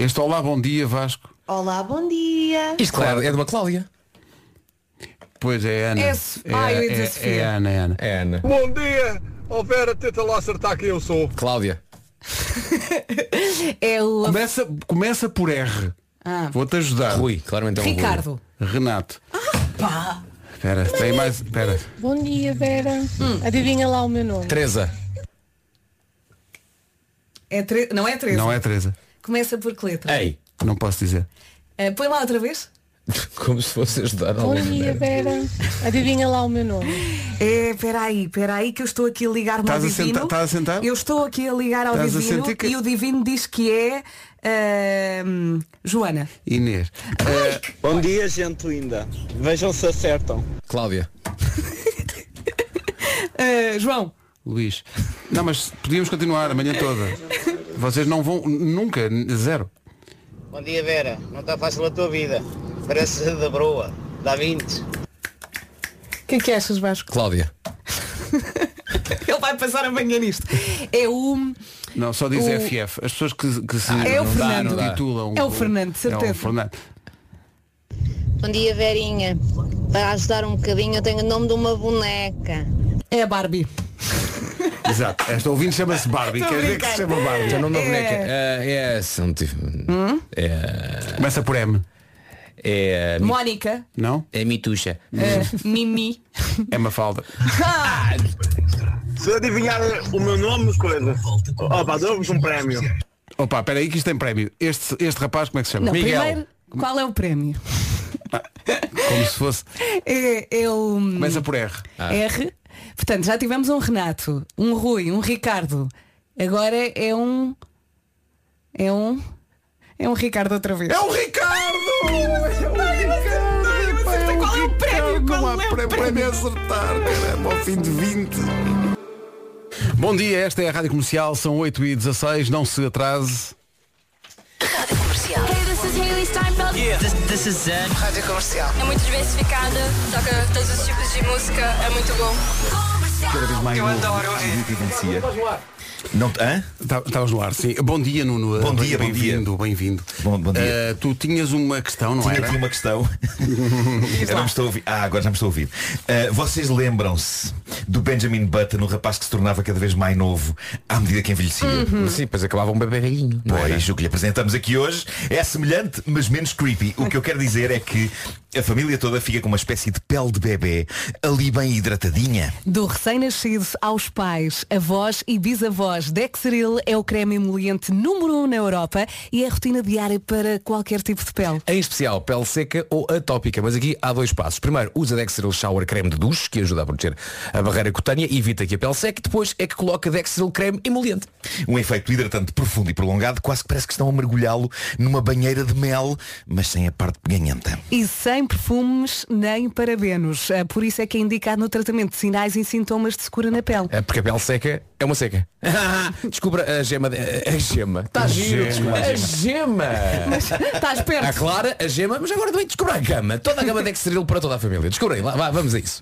S2: Este Olá, bom dia, Vasco.
S21: Olá, bom dia.
S18: Isto claro, é de uma Cláudia.
S2: Pois é, Ana.
S21: É Sof-
S2: É,
S21: Ah, eu ia
S2: é,
S21: dizer
S2: é,
S21: Sofia.
S2: Ana, é Ana. É Ana.
S22: Bom dia! Ó Vera, tenta lá acertar quem eu sou.
S18: Cláudia.
S4: É o.
S2: Começa, começa por R.
S4: Ah.
S2: Vou-te ajudar. Rui, claramente
S4: é um Rui. Ricardo.
S2: Renato.
S4: Pá.
S2: Espera, tem
S4: é
S2: mais. Espera.
S8: Bom dia, Vera. Adivinha lá o meu nome.
S2: Teresa.
S4: É tre... Não é 13.
S2: Não é Teresa.
S4: Começa por que letra?
S2: Ei. Não posso dizer.
S4: Eh, põe lá outra vez.
S18: Como se fosse ajudar
S8: Bom
S18: alguém.
S8: dia, Vera. Adivinha lá o meu nome.
S4: É, peraí, peraí que eu estou aqui a ligar-me ao
S2: Estás a
S4: divino.
S2: sentar- estás a sentar?
S4: Eu estou aqui a ligar ao
S2: Estás a
S4: divino
S2: sentir que-
S4: e o divino diz que é ahm, Joana.
S2: Inês. Eh,
S23: Bom dia, gente linda. Vejam se acertam.
S18: Cláudia.
S4: Ah, João.
S2: Luís. Não, mas podíamos continuar a manhã toda. Vocês não vão nunca, n- zero.
S24: Bom dia Vera, não está fácil a tua vida. Parece da broa, dá 20.
S4: O que é que achas, Vasco?
S18: Cláudia.
S4: Ele vai passar amanhã nisto. É o.
S2: Não, só diz
S4: O-
S2: FF. As pessoas que, que se
S4: Ah, é o
S2: não
S4: Fernando.
S2: dá, não dá. titulam.
S4: É o Fernando, de certeza.
S2: É o Fernando.
S8: Bom dia, Verinha. Para ajudar um bocadinho, eu tenho o nome de uma boneca.
S4: É a Barbie.
S2: Exato. Esta ouvinte chama-se Barbie.
S4: Estou
S2: Quer
S4: a
S2: dizer que se
S4: brincar.
S2: chama Barbie.
S4: Teu nome é boneca.
S18: É, é, se não tive-
S4: Hum?
S18: é-
S2: Começa por M.
S18: É.
S4: Mónica.
S2: Não?
S18: É Mituxa.
S4: ah, Mimi.
S2: É uma falda.
S4: Ah!
S25: Se adivinhar o meu nome, as coisas. Opa, dou-vos um prémio.
S2: Opa, espera aí que isto tem prémio. Este, este rapaz, como é que se chama?
S4: Não, primeiro, qual é o prémio?
S2: Como se fosse.
S4: É, é o. é
S2: Começa por R.
S4: R. Portanto, já tivemos um Renato, um Rui, um Ricardo. Agora é um. É um. É um Ricardo outra vez.
S2: É um Ricardo! É um
S4: Ricardo!
S2: Pá, é um
S4: Qual é o prémio?
S2: Ricardo,
S4: Qual
S2: não há
S4: é o
S2: prémio para me acertar, caramba, ao fim de 20. Bom dia, esta é a Rádio Comercial, são 8h16, não se atrase.
S5: Hey, this is Haley Steinfeld.
S15: This, this is Zen.
S5: Rádio Comercial. É muito diversificada, toca todos os tipos de música, é muito bom.
S2: Cada vez mais
S15: Eu
S2: novo,
S15: adoro
S2: Zito e Vencia. Não, hã? Tá- Estavas no ar, sim. Bom dia, Nuno.
S6: Bom dia, bom dia.
S2: bem-vindo, bem-vindo.
S6: Bom, bom dia.
S2: Eh, tu tinhas uma questão, não
S6: Tinha
S2: era?
S6: aqui uma questão. Eu não me estou a ouvir. Ah, agora já me estou a ouvir. Ah, vocês lembram-se do Benjamin Button, o rapaz que se tornava cada vez mais novo à medida que envelhecia?
S18: Uhum. Sim, pois acabava um bebê velhinho.
S6: Pois, o que lhe apresentamos aqui hoje é semelhante, mas menos creepy. O que eu quero dizer é que a família toda fica com uma espécie de pele de bebê ali bem hidratadinha.
S4: Do recém-nascido aos pais, avós e bisavós, Dexeril é o creme emoliente número 1 um na Europa e é a rotina diária para qualquer tipo de pele.
S18: Em especial, pele seca ou atópica. Mas aqui há dois passos. Primeiro, usa Dexeril Shower Creme de duche, que ajuda a proteger a barreira cutânea e evita que a pele seque. Depois é que coloca Dexeril Creme emoliente.
S6: Um efeito hidratante profundo e prolongado, quase que parece que estão a mergulhá-lo numa banheira de mel, mas sem a parte peganhenta.
S4: E sem perfumes nem parabenos. Ah, Por isso é que é indicado no tratamento de sinais e sintomas de secura na pele.
S18: É porque a pele seca é uma seca. descubra a gema. de- a- A gema. Está giro.
S4: Gema.
S18: descubra A gema.
S4: Mas estás perto.
S18: A Clara, a gema, mas agora também descubra a gama. Toda a gama Dexeril para toda a família. Descobrem lá, vá, vamos a isso.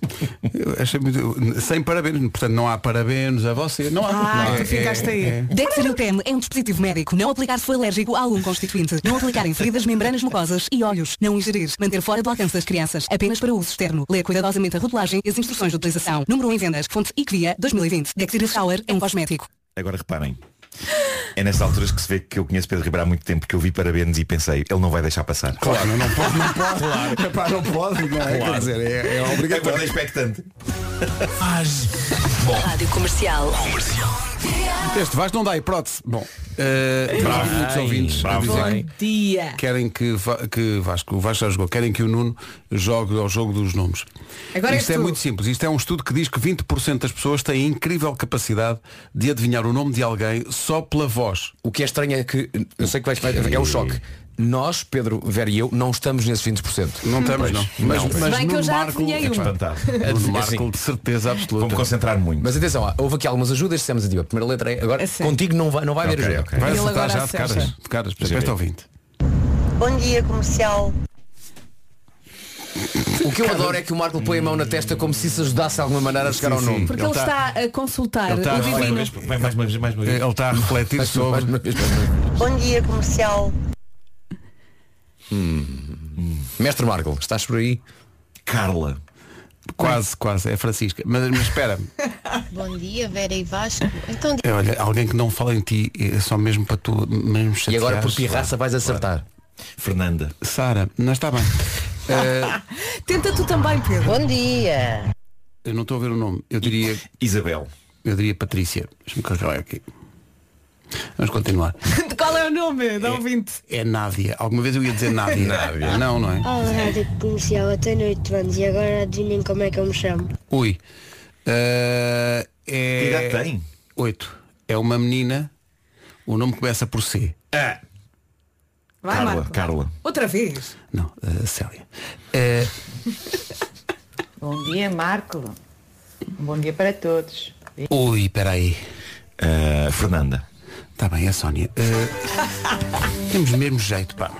S2: Eu achei muito- Sem parabéns, portanto não há parabéns a você. Não há.
S4: Ah,
S2: não,
S4: tu
S2: é-
S4: ficaste
S2: é-
S4: aí.
S2: é-
S4: Dexeril Creme é um dispositivo médico. Não aplicar se for alérgico a algum constituinte. Não aplicar em feridas, membranas mucosas e olhos. Não ingerir. Manter fora do alcance das crianças. Apenas para uso externo. Ler cuidadosamente a rotulagem e as instruções de utilização. Número 1 em vendas. Fonte IQVIA 2020. Dexeril Shower é um cosmético.
S6: Agora reparem. É nessas alturas que se vê que eu conheço Pedro Ribeiro há muito tempo, que eu vi parabéns e pensei, ele não vai deixar passar.
S2: Claro, não pode, não é? pode. É Epá, não pode, não é? Quer dizer, é, é obrigatório.
S6: expectante. Bom.
S1: Rádio Comercial.
S2: Este vais não dá hipótese. Bom, eh, bravo, muitos ouvintes. a dizer que
S7: Bom dia.
S2: Querem que, Va- que Vasco, o Vasco já jogou, querem que o Nuno jogue ao jogo dos nomes.
S7: Agora
S2: Isto
S7: és
S2: é
S7: tu.
S2: muito simples. Isto é um estudo que diz que 20% das pessoas têm incrível capacidade de adivinhar o nome de alguém só pela voz.
S18: O que é estranho é que, eu sei que vais, vai- é um choque. Nós, Pedro, Vera e eu, não estamos nesses 20%.
S2: Não estamos, não. É
S18: Mas,
S2: Não,
S18: mas,
S2: Se
S4: bem que eu
S2: Nuno
S4: já
S2: Marco-
S4: adivinhei um. uma.
S2: Nuno Marco, de certeza absoluta.
S6: Vou-me concentrar muito.
S18: assim, Mas atenção, ah, houve aqui algumas ajudas, dissemos a primeira letra é agora. contigo não vai, não vai haver
S6: Ok,
S18: ajuda.
S6: ok.
S2: Vai acertar já de caras. De caras.
S6: Giro.
S2: Espera ouvinte.
S9: Bom dia, comercial.
S18: O que eu adoro é que o Marco põe a mão na testa como se isso ajudasse de alguma maneira a chegar ao
S2: Sim, sim.
S18: nome.
S4: Porque ele, está, a consultar
S18: ele está
S4: o
S18: a
S4: divino.
S18: refletir.
S6: Vai mais uma vez, mais uma vez.
S2: Ele está a refletir sobre.
S9: Bom dia, comercial.
S18: Mestre Marco, estás por aí?
S6: É. Carla.
S2: Quase, quase. É Francisca. Mas, mas espera.
S12: Bom dia, Vera e Vasco. Então,
S2: É, olha, alguém que não fala em ti é só mesmo para tu mesmo
S18: E agora
S2: chateares.
S18: por pirraça vais acertar.
S6: Fernanda.
S2: Sara, não está bem. Eh,
S4: Tenta tu também, Pedro.
S12: Bom dia.
S2: eu não estou a ver o nome. Eu diria.
S6: Isabel.
S2: Eu diria Patrícia. Deixa-me carregar aqui. Vamos continuar.
S4: Qual é o nome da ouvinte? Ah.
S2: É Nádia. Alguma vez eu ia dizer Nádia.
S6: Nádia.
S2: Não, não é?
S12: Olá, Rádio Comercial. Eu tenho 8 anos e agora adivinhem como é que eu me chamo.
S2: Ui. Eh,
S6: Que
S2: é...
S6: idade tem?
S2: Oito. É uma menina. O nome começa por C.
S6: Ah,
S4: Vai,
S6: Carla,
S4: Marco.
S6: Carla.
S4: Outra vez.
S2: Não, eh, Célia. Eh,
S15: Bom dia, Marco. Bom dia para todos.
S2: Ui, peraí.
S6: Ah, Fernanda.
S2: Está bem, é a Sónia. Eh, temos o mesmo jeito, pá.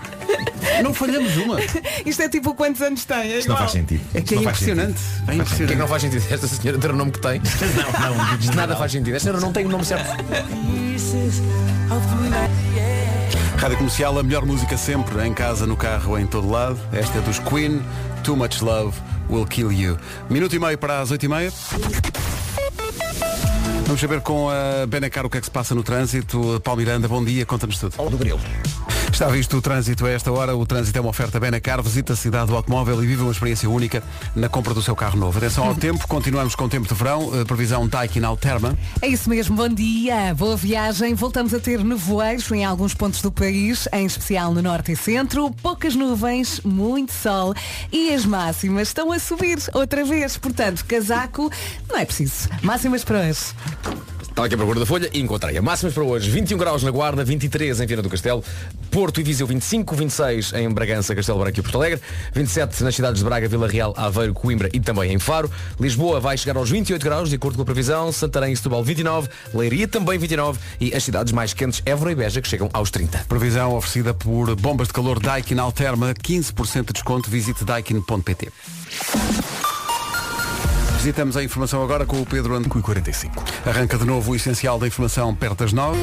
S2: Não falhamos uma.
S4: Isto é tipo quantos anos tem? É
S6: Isto não
S4: igual.
S6: faz sentido.
S2: É
S6: Isto
S2: que é
S6: não faz
S2: impressionante.
S6: sentido.
S2: É
S18: O que é que
S2: impressionante.
S18: não faz sentido esta senhora ter o nome que tem?
S6: Não, não,
S18: Isto nada faz sentido. Esta senhora não tem o nome certo.
S2: Rádio Comercial, a melhor música sempre, em casa, no carro, em todo lado. Esta é dos Queen, Too Much Love Will Kill You. Minuto e meio para as oito e meia. Vamos saber com a Benacar o que é que se passa no trânsito. Paulo Miranda, bom dia, conta-nos tudo.
S3: Paulo do Grilo.
S2: Está visto o trânsito a esta hora. O trânsito é uma oferta Benacar. Visita a cidade do automóvel e vive uma experiência única na compra do seu carro novo. Atenção ao tempo. Continuamos com o tempo de verão. Eh, Previsão Daikin Alterma.
S4: É isso mesmo, bom dia, boa viagem. Voltamos a ter nevoeiros em alguns pontos do país, em especial no norte e centro. Poucas nuvens, muito sol e as máximas estão a subir outra vez. Portanto, casaco não é preciso. Máximas para hoje.
S18: Estava aqui à procura da folha e encontrei-a. Máximas para hoje, 21 graus na Guarda, 23 em Viana do Castelo, Porto e Viseu 25, 26 em Bragança, Castelo Branco e Porto Alegre, 27 nas cidades de Braga, Vila Real, Aveiro, Coimbra e também em Faro. Lisboa vai chegar aos 28 graus, de acordo com a previsão, Santarém e Setúbal 29, Leiria também 29 e as cidades mais quentes, Évora e Beja, que chegam aos 30.
S2: Previsão oferecida por bombas de calor Daikin Alterma, 15% de desconto. Visite daikin.pt. Visitamos a informação agora com o Pedro Anco e 45. Arranca de novo o essencial da informação perto das 9.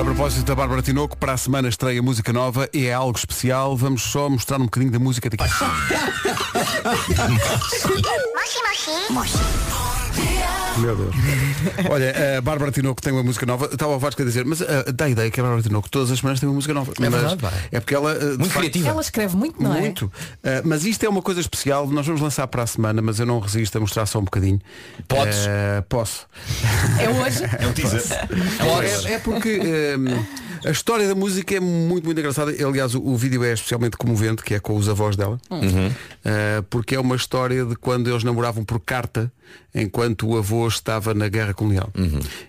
S2: A propósito da Bárbara Tinoco, para a semana estreia música nova e é algo especial. Vamos só mostrar um bocadinho da música daqui. Meu Deus. Olha, a Bárbara Tinoco tem uma música nova. Estava o Vasco a dizer, mas ah, dá a ideia que a Bárbara Tinoco todas as semanas tem uma música nova.
S18: É
S2: Mas
S18: verdade, pá.
S2: é porque ela.
S18: Muito criativa.
S4: Ela escreve muito, não é?
S2: Muito. Ah, mas isto é uma coisa especial. Nós vamos lançar para a semana, mas eu não resisto a mostrar só um bocadinho.
S18: Podes?
S2: Ah, posso.
S4: É hoje.
S6: É um teaser. É um teaser.
S2: É, é porque ah, a história da música é muito, muito engraçada. Aliás, o, o vídeo é especialmente comovente, que é com os avós dela.
S4: Uhum.
S2: Ah, porque é uma história de quando eles namoravam por carta enquanto o avô estava na guerra colonial.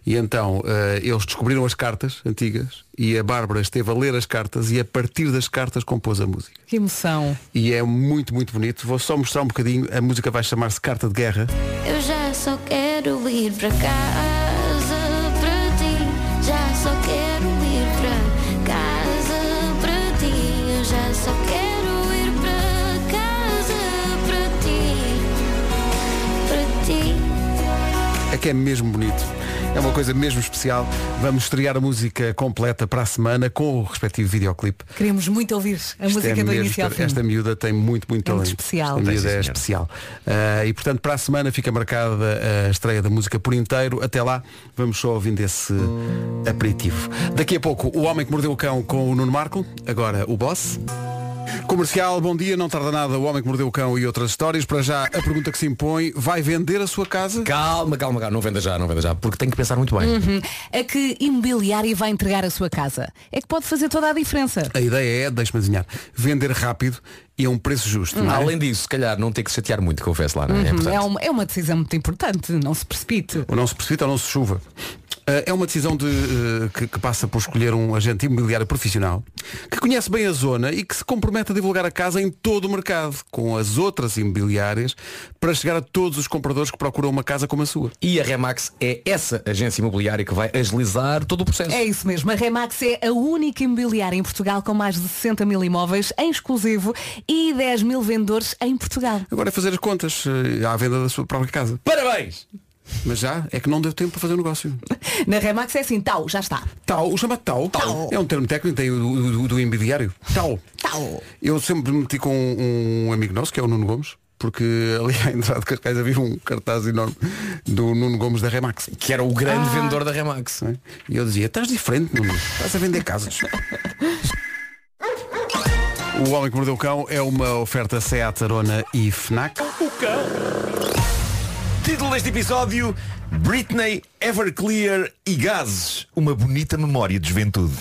S2: E então ah, eles descobriram as cartas antigas e a Bárbara esteve a ler as cartas e a partir das cartas compôs a música.
S4: Que emoção.
S2: E é muito, muito bonito. Vou só mostrar um bocadinho. A música vai chamar-se Carta de Guerra.
S26: Eu já só quero ir para casa para ti. Já só quero ir para casa para ti. Eu já só quero ir para casa para ti. Para ti.
S2: É que é mesmo bonito. É uma coisa mesmo especial. Vamos estrear a música completa para a semana com o respectivo videoclipe.
S4: Queremos muito ouvir a
S2: Isto é
S4: música do
S2: mesmo
S4: início ao
S2: espera-
S4: fim.
S2: Esta miúda tem muito, muito
S4: É muito
S2: talento.
S4: especial.
S2: Esta
S4: Tem,
S2: miúda
S4: sim,
S2: é
S4: senhora.
S2: especial. Ah, e portanto, para a semana fica marcada a estreia da música por inteiro. Até lá, vamos só ouvindo esse aperitivo. Daqui a pouco, O Homem que Mordeu o Cão com o Nuno Marco. Agora, o Boss. Comercial, bom dia, não tarda nada, o homem que mordeu o cão e outras histórias. Para já, a pergunta que se impõe, vai vender a sua casa?
S18: Calma, calma, calma, não venda já, não venda já, porque tem que pensar muito bem.
S4: Uhum.
S2: é-
S4: A que imobiliária vai entregar a sua casa? É que pode fazer toda a diferença.
S2: A ideia é, deixe-me adivinhar, vender rápido e a um preço justo. não é?
S18: Além disso, se calhar não ter que se chatear muito, confesso lá, não é?
S4: Uhum.
S18: É importante.
S4: É, uma, é uma decisão muito importante, não se precipite.
S2: Ou não se precipita ou não se é chuva. Ah, é uma decisão de, eh, que, que passa por escolher um agente imobiliário profissional que conhece bem a zona e que se compromete a divulgar a casa em todo o mercado, com as outras imobiliárias, para chegar a todos os compradores que procuram uma casa como a sua.
S18: E a Remax é essa agência imobiliária que vai agilizar todo o processo.
S4: É isso mesmo, a Remax é a única imobiliária em Portugal com mais de 60 mil imóveis em exclusivo e 10 mil vendedores em Portugal.
S2: Agora é fazer as contas eh, à venda da sua própria casa.
S18: Parabéns!
S2: Mas já é que não deu tempo para fazer o negócio.
S4: Na Remax é assim, tal, já está.
S2: Tal, o chamado tal,
S4: Tal.
S2: é um termo técnico tem o do, do, do imobiliário. Tal.
S4: Tal.
S2: Eu sempre me meti com um amigo nosso, que é o Nuno Gomes, porque ali à entrada de Cascais havia um cartaz enorme do Nuno Gomes da Remax. é?
S18: Que era o grande vendedor da Remax.
S2: E eu dizia, estás diferente, Nuno, estás a vender casas. o Homem que Mordeu o Cão é uma oferta Seat Arona e FNAC.
S6: O cão. Título deste episódio: Britney, Everclear e Gases. Uma bonita memória de juventude.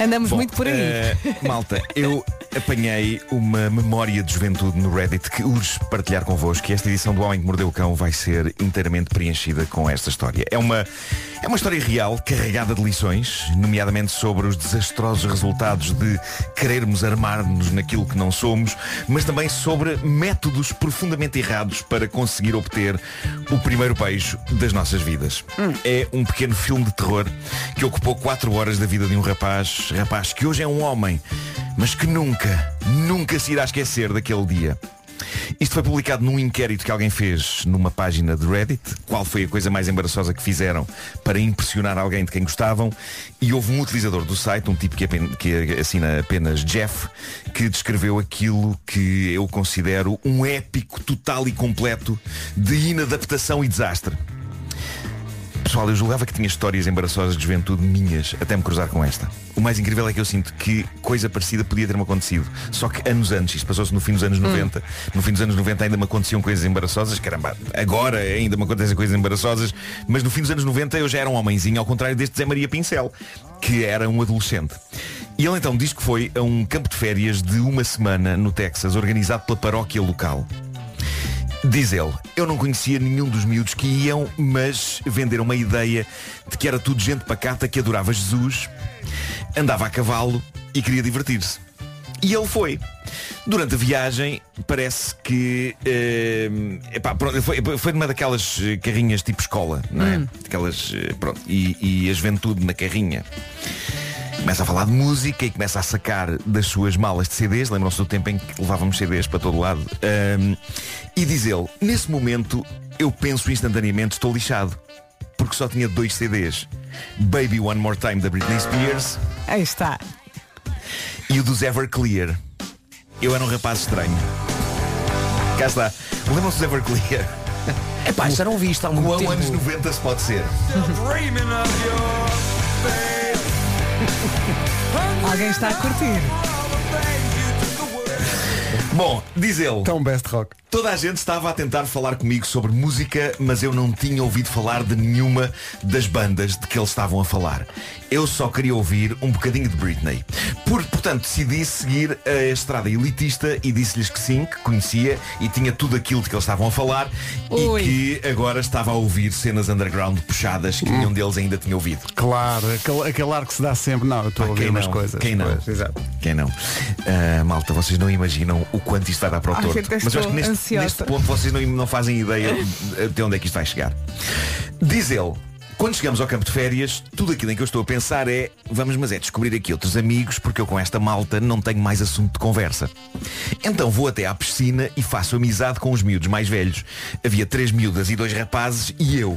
S4: Andamos
S6: Bom,
S4: muito por aí.
S6: eh, malta, eu apanhei uma memória de juventude no Reddit que urge partilhar convosco e esta edição do Homem que Mordeu o Cão vai ser inteiramente preenchida com esta história. É uma, é uma história real, carregada de lições, nomeadamente sobre os desastrosos resultados de querermos armar-nos naquilo que não somos, mas também sobre métodos profundamente errados para conseguir obter o primeiro beijo das nossas vidas.
S4: Hum.
S6: É um pequeno filme de terror que ocupou 4 horas da vida de um rapaz, rapaz que hoje é um homem, mas que nunca, nunca se irá esquecer daquele dia. Isto foi publicado num inquérito que alguém fez numa página de Reddit, qual foi a coisa mais embaraçosa que fizeram para impressionar alguém de quem gostavam, e houve um utilizador do site, um tipo que, apen- que assina apenas Jeff, que descreveu aquilo que eu considero um épico total e completo de inadaptação e desastre. Pessoal, eu julgava que tinha histórias embaraçosas de juventude minhas até me cruzar com esta. O mais incrível é que eu sinto que coisa parecida podia ter-me acontecido. Só que anos antes, isto passou-se no fim dos anos 90. No fim dos anos 90 ainda me aconteciam coisas embaraçosas. Caramba, agora ainda me acontecem coisas embaraçosas. Mas no fim dos anos 90 eu já era um homenzinho, ao contrário deste Zé Maria Pincel, que era um adolescente. E ele então diz que foi a um campo de férias de uma semana no Texas, organizado pela paróquia local. Diz ele, eu não conhecia nenhum dos miúdos que iam, mas venderam uma ideia de que era tudo gente pacata que adorava Jesus, andava a cavalo e queria divertir-se. E ele foi. Durante a viagem, parece que. eh, epá, pronto, foi, foi numa daquelas eh, carrinhas tipo escola, não é? Daquelas, eh, pronto, e, e a juventude na carrinha. Começa a falar de música e começa a sacar das suas malas de CDs. Lembram-se do tempo em que levávamos CDs para todo lado. Ahm, e diz ele, nesse momento eu penso instantaneamente, estou lixado. Porque só tinha dois CDs. Baby One More Time da Britney Spears
S4: Aí está.
S6: e o dos Everclear. Eu era um rapaz estranho. Cá está. Lembram-se dos Everclear?
S18: É pá, já não vi isto há muito
S6: Quão
S18: tempo.
S6: anos 90 se pode ser?
S4: Alguém está a curtir.
S6: Bom, diz ele.
S2: Tão best rock.
S6: Toda a gente estava a tentar falar comigo sobre música, mas eu não tinha ouvido falar de nenhuma das bandas de que eles estavam a falar. Eu só queria ouvir um bocadinho de Britney. Por, portanto, decidi seguir a estrada elitista e disse-lhes que sim, que conhecia e tinha tudo aquilo de que eles estavam a falar
S4: Ui.
S6: e que agora estava a ouvir cenas underground puxadas que nenhum deles ainda tinha ouvido.
S2: Claro, aquele, aquele ar que se dá sempre. Não, eu estou a ouvir
S6: Quem
S2: umas
S6: não?
S2: coisas.
S6: Quem não?
S2: Pois, exato.
S6: Quem não? Ah, malta, vocês não imaginam o quanto isto vai dar para o
S4: Ai,
S6: torto.
S4: gente, eu
S6: Mas eu acho
S4: estou
S6: que neste,
S4: ansiosa.
S6: neste ponto vocês não, não fazem ideia de onde é que isto vai chegar. Diz ele, quando chegamos ao campo de férias, tudo aquilo em que eu estou a pensar é vamos, mas é descobrir aqui outros amigos, porque eu com esta malta não tenho mais assunto de conversa. Então vou até à piscina e faço amizade com os miúdos mais velhos. Havia três miúdas e dois rapazes e eu.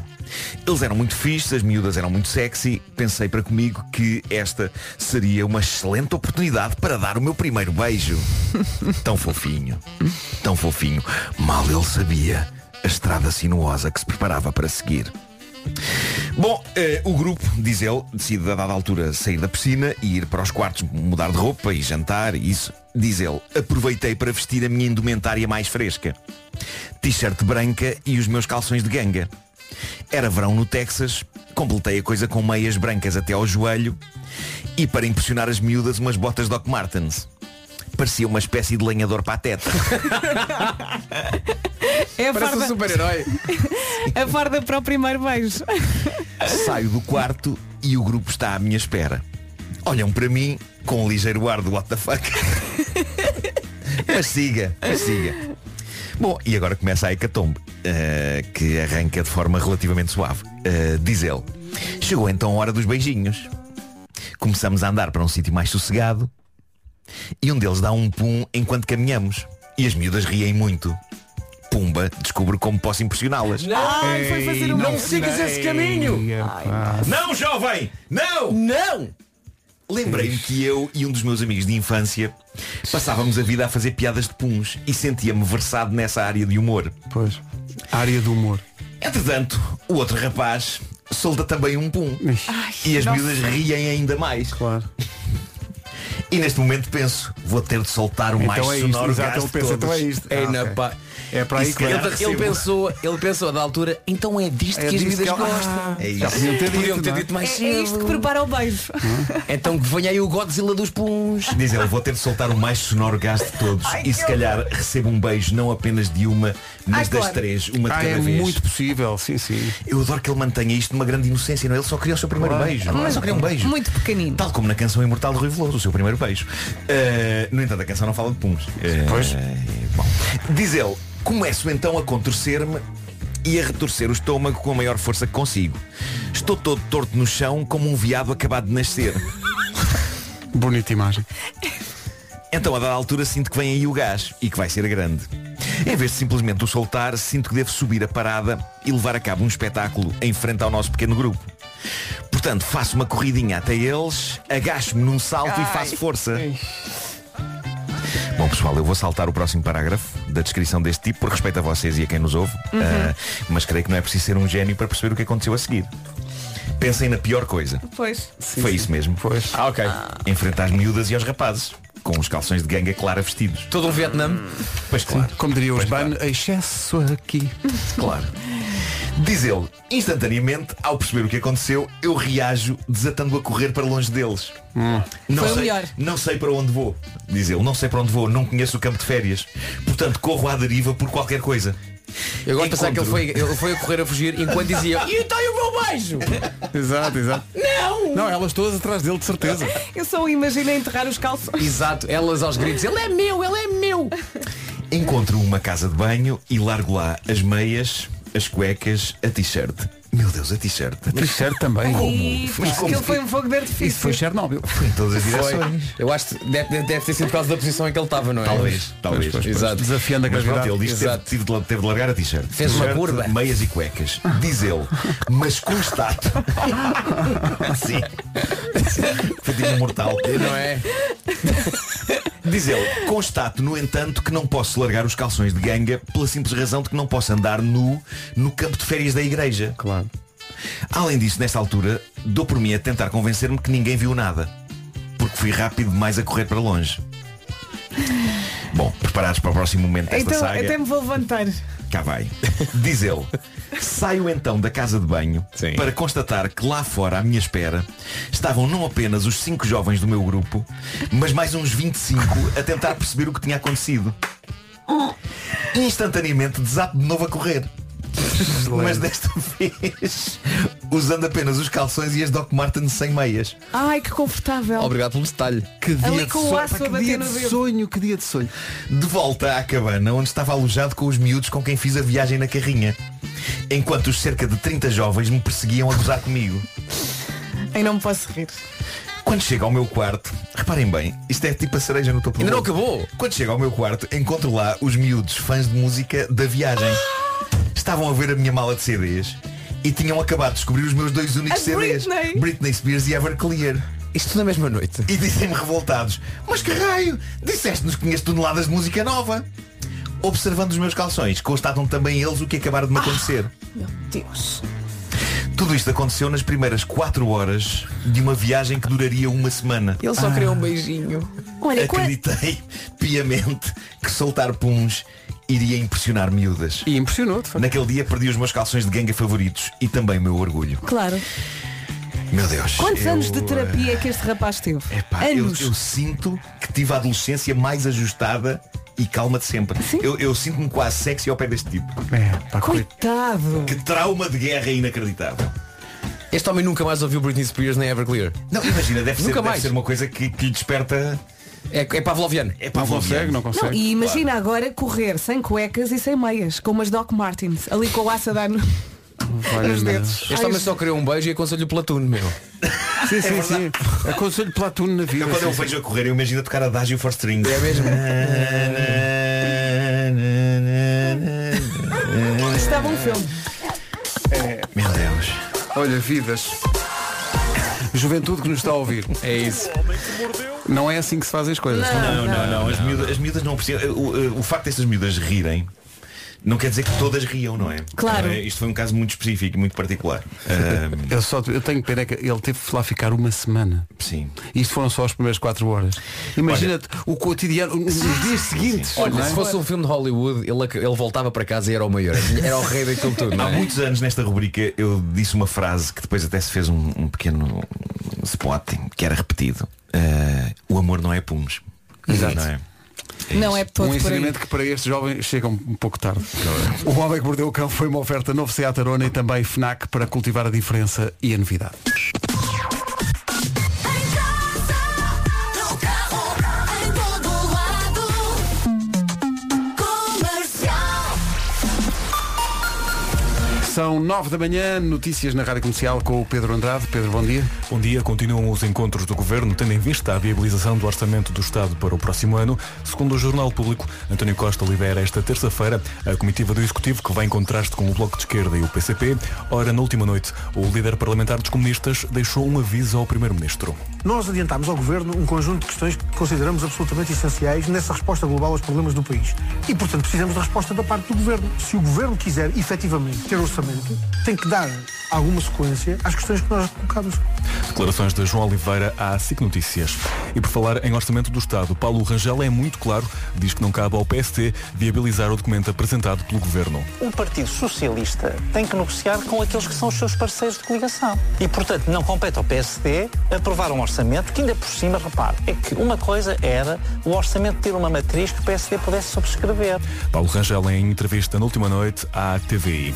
S6: Eles eram muito fixes, as miúdas eram muito sexy. Pensei para comigo que esta seria uma excelente oportunidade para dar o meu primeiro beijo. Tão fofinho, tão fofinho. Mal ele sabia a estrada sinuosa que se preparava para seguir. Bom, eh, o grupo, diz ele, decide a dada altura sair da piscina e ir para os quartos mudar de roupa e jantar e isso. Diz ele, aproveitei para vestir a minha indumentária mais fresca. T-shirt branca e os meus calções de ganga. Era verão no Texas, completei a coisa com meias brancas até ao joelho e para impressionar as miúdas umas botas Doc Martens. Parecia uma espécie de lenhador pateta.
S4: É a
S6: Parece um
S4: farda-
S6: super-herói.
S4: a farda para o primeiro beijo.
S6: Saio do quarto e o grupo está à minha espera. Olham para mim com um ligeiro ar do what the fuck. mas siga, mas siga. Bom, e agora começa a hecatombe, eh, que arranca de forma relativamente suave. Eh, diz ele, chegou então a hora dos beijinhos. Começamos a andar para um sítio mais sossegado e um deles dá um pum enquanto caminhamos. E as miúdas riem muito. Pumba, descubro como posso impressioná-las.
S18: Ai, foi fazer um- Não sigas esse caminho!
S6: Não, jovem! Não!
S18: Não!
S6: Lembrei-me que eu e um dos meus amigos de infância passávamos a vida a fazer piadas de puns e sentia-me versado nessa área de humor.
S2: Pois. Área do humor.
S6: Entretanto, o outro rapaz solta também um pum. e as
S2: nossa.
S6: miúdas riem ainda mais. Claro. E neste momento penso, vou ter de soltar o mais
S2: Então é isto,
S6: sonoro
S2: exato,
S6: gás
S2: ele
S6: de
S2: pensa,
S6: todos.
S2: então é isto. Ah,
S18: na
S2: ok.
S18: pá.
S2: É para aí
S18: E se
S2: que
S18: calhar
S2: vai.
S18: ele, ele pensou, ele pensou da altura, então é disto
S2: É
S18: que as
S2: disto
S18: vidas
S2: que ela-
S18: gostam.
S2: Ah,
S6: é
S2: já podiam ter dito, não é?
S18: mais
S4: É, é isto que prepara o beijo.
S18: Então que venha aí o Godzilla dos Puns.
S6: Diz ele, vou ter de soltar o mais sonoro gás de todos
S18: Ai,
S6: e se
S18: que
S6: calhar recebo um beijo não apenas de uma, mas
S2: Ai,
S6: das
S2: claro.
S6: três, uma de
S2: Ah,
S6: cada
S2: é
S6: vez.
S2: muito possível, sim, sim.
S6: Eu adoro que ele mantenha isto numa grande inocência, não é? Ele só queria o seu primeiro
S2: Claro,
S6: beijo.
S2: claro.
S6: Ele só queria um beijo.
S4: Muito pequenino.
S6: Tal como na canção Imortal de Rui Veloso, o seu primeiro beijo. Uh, no entanto, a canção não fala de puns. pois. bom. Diz ele, começo então a contorcer-me e a retorcer o estômago com a maior força que consigo. Estou todo torto no chão como um viado acabado de nascer.
S2: Bonita imagem.
S6: Então, a dada altura, sinto que vem aí o gás e que vai ser grande. Em vez de simplesmente o soltar, sinto que devo subir a parada e levar a cabo um espetáculo em frente ao nosso pequeno grupo. Portanto, faço uma corridinha até eles, agacho-me num salto e faço força. Bom pessoal, eu vou saltar o próximo parágrafo da descrição deste tipo por respeito a vocês e a quem nos ouve,
S1: Uhum.
S6: Ah, mas creio que não é preciso ser um gênio para perceber o que aconteceu a seguir. Pensem na pior coisa.
S4: Pois.
S6: Foi isso mesmo. Pois. Ah, ok. Enfrentar as miúdas e aos rapazes. Com os calções de ganga clara vestidos.
S18: Todo um Vietnã.
S6: Pois claro.
S2: Como diria o Osbano, excesso aqui.
S6: Claro. Diz ele, instantaneamente, ao perceber o que aconteceu, eu reajo desatando a correr para longe deles. Não
S1: Foi o
S6: sei,
S1: melhor.
S6: Não sei para onde vou, diz ele, não sei para onde vou, não conheço o campo de férias. Portanto, corro à deriva por qualquer coisa.
S18: Eu gosto de pensar que ele foi, ele foi a correr a fugir enquanto dizia E então e o meu beijo?
S2: Exato, exato.
S4: Não!
S2: Não, elas todas atrás dele, de certeza.
S4: Eu só imagino enterrar os calções.
S6: Exato, elas aos gritos.
S4: Ele é meu, ele é meu!
S6: Encontro uma casa de banho e largo lá as meias, as cuecas, a t-shirt. Meu Deus, a t-shirt. A
S2: t-shirt também.
S4: Ai, pá, aquilo foi um fogo de artifício.
S2: Chernobyl.
S6: Foi em todas as
S18: Foi.
S6: direções.
S18: Eu acho que deve, deve- deve ter sido por causa da posição em que ele estava, não é?
S6: Talvez, talvez.
S18: Exato.
S6: Desafiando
S18: a
S6: Mas
S18: gravidade.
S6: pronto, ele disse que teve,
S18: Exato.
S6: tive de- teve de largar a t-shirt.
S18: Fez uma
S6: T-shirt,
S18: curva.
S6: Meias e cuecas. Diz ele. Mas constato. Sim. Foi tipo um mortal.
S18: Não é?
S6: Diz ele. Constato, no entanto, que não posso largar os calções de ganga pela simples razão de que não posso andar nu no campo de férias da igreja.
S2: Claro.
S6: Além disso, nesta altura, dou por mim a tentar convencer-me que ninguém viu nada. Porque fui rápido demais a correr para longe. Bom, preparados para o próximo momento desta
S4: Então
S6: saga.
S4: até me vou levantar.
S6: Cá vai. Diz ele. Saio então da casa de banho para constatar que lá fora, à minha espera, estavam não apenas os cinco jovens do meu grupo, mas mais uns 25 a tentar perceber o que tinha acontecido. Instantaneamente desato de novo a correr. Mas desta vez usando apenas os calções e as Doc Martens sem meias.
S4: Ai, que confortável.
S6: Obrigado pelo detalhe. Que
S18: Oh,
S6: dia
S4: Ali
S6: de
S4: com o
S6: sonho.
S4: aço
S6: Pá,
S4: a
S6: que
S4: bater
S6: dia
S4: no
S6: de
S4: dedo.
S2: Sonho, que dia de sonho.
S6: de volta à cabana onde estava alojado com os miúdos com quem fiz a viagem na carrinha. Enquanto os cerca de 30 jovens me perseguiam a gozar comigo.
S4: Ai, não me posso rir.
S6: Quando chego ao meu quarto, reparem bem, isto é tipo a cereja no topo
S18: Ainda
S6: do
S18: não
S6: bolo.
S18: acabou.
S6: Quando chego ao meu quarto, encontro lá os miúdos fãs de música da viagem. Estavam a ver a minha mala de CDs e tinham acabado de descobrir os meus dois únicos
S1: A
S6: CDs,
S1: Britney.
S6: Britney Spears e Everclear.
S18: Isto na mesma noite.
S6: E dizem-me revoltados, mas que raio, disseste-nos que tinhas toneladas de música nova. Observando os meus calções, constatam também eles o que acabaram de me acontecer.
S4: Meu Deus.
S6: Tudo isto aconteceu nas primeiras 4 horas de uma viagem que duraria uma semana.
S4: Ele só queria um beijinho. Olha, qua-
S6: Acreditei piamente que soltar puns iria impressionar miúdas.
S2: E impressionou,
S6: Naquele dia perdi os meus calções de ganga favoritos e também o meu orgulho.
S4: Claro.
S6: Meu Deus.
S4: Quantos
S6: eu,
S4: anos de
S6: eh,
S4: terapia é que este rapaz teve?
S6: Pá, eu,
S4: anos.
S6: eu sinto que tive a adolescência mais ajustada e calma de sempre. Eu, eu sinto-me quase sexy ao pé deste tipo.
S4: Coitado.
S6: Que trauma de guerra inacreditável.
S18: Este homem nunca mais ouviu Britney Spears nem Everclear.
S6: Não, imagina, deve, ser,
S18: Nunca
S6: deve
S18: mais.
S6: ser uma coisa que, que lhe desperta.
S18: É, é pavloviano.
S6: É
S2: consegue,
S6: pavloviano.
S2: não consegue.
S4: Não, e imagina agora correr sem cuecas e sem meias, com umas Doc Martins, ali com o aça dar no...
S2: Várias merdas.
S18: Este homem só queria um beijo e aconselho o platuno, meu.
S2: Sim, sim, sim. Aconselho platuno na vida.
S6: Eu, quando eu
S2: sim,
S6: vejo a correr, eu imagino tocar a Dagio for Strings. É mesmo?
S4: Estava um filme.
S6: Meu Deus.
S2: Olha, vidas. Juventude que nos está a ouvir. É isso. Não é assim que se fazem as coisas.
S6: Não, não, não. As, miúdas, as miúdas não precisam. O, o facto destas miúdas rirem. Não quer dizer que todas riam, não é?
S2: Claro.
S6: Eh, Isto foi um caso muito específico, muito particular. Ah,
S2: Eu, só, eu tenho pena que ele teve que lá ficar uma semana.
S6: Sim.
S2: Isto foram só as primeiras quatro horas. Imagina-te o cotidiano, nos dias seguintes.
S18: Olha,
S2: não é?
S18: se fosse um filme de Hollywood, ele, ac- ele voltava para casa e era o maior. Era o rei daquilo tudo. não
S6: Há
S18: é?
S6: muitos anos nesta rubrica eu disse uma frase que depois até se fez um, um pequeno spot que era repetido. Ah, o amor não é pumes.
S2: Exato.
S6: Não é?
S4: Não é todo
S2: um
S4: por aí.
S2: ensinamento que para este jovem chega um um pouco tarde. O Homem que Mordeu o Cão foi uma oferta novo Seat Arona e também FNAC para cultivar a diferença e a novidade. São nove da manhã, notícias na Rádio Comercial com o Pedro Andrade. Pedro, bom dia.
S1: Bom dia, continuam os encontros do Governo, tendo em vista a viabilização do Orçamento do Estado para o próximo ano. Segundo o Jornal Público, António Costa lidera esta terça-feira a comitiva do Executivo, que vai em contraste com o Bloco de Esquerda e o PCP. Ora, na última noite, o líder parlamentar dos comunistas deixou um aviso ao Primeiro-Ministro.
S7: Nós adiantámos ao Governo um conjunto de questões que consideramos absolutamente essenciais nessa resposta global aos problemas do país. E, portanto, precisamos da resposta da parte do Governo. Se o Governo quiser, efetivamente, ter orçamento, tem que dar alguma sequência às questões que nós colocamos.
S1: Declarações de João Oliveira à SIC Notícias. E por falar em orçamento do Estado, Paulo Rangel é muito claro, diz que não cabe ao PST viabilizar o documento apresentado pelo Governo.
S11: O Partido Socialista tem que negociar com aqueles que são os seus parceiros de coligação. E, portanto, não compete ao PSD aprovar um orçamento que, ainda por cima, repare, é que uma coisa era o orçamento ter uma matriz que o PSD pudesse subscrever.
S1: Paulo Rangel em entrevista na última noite à TVI.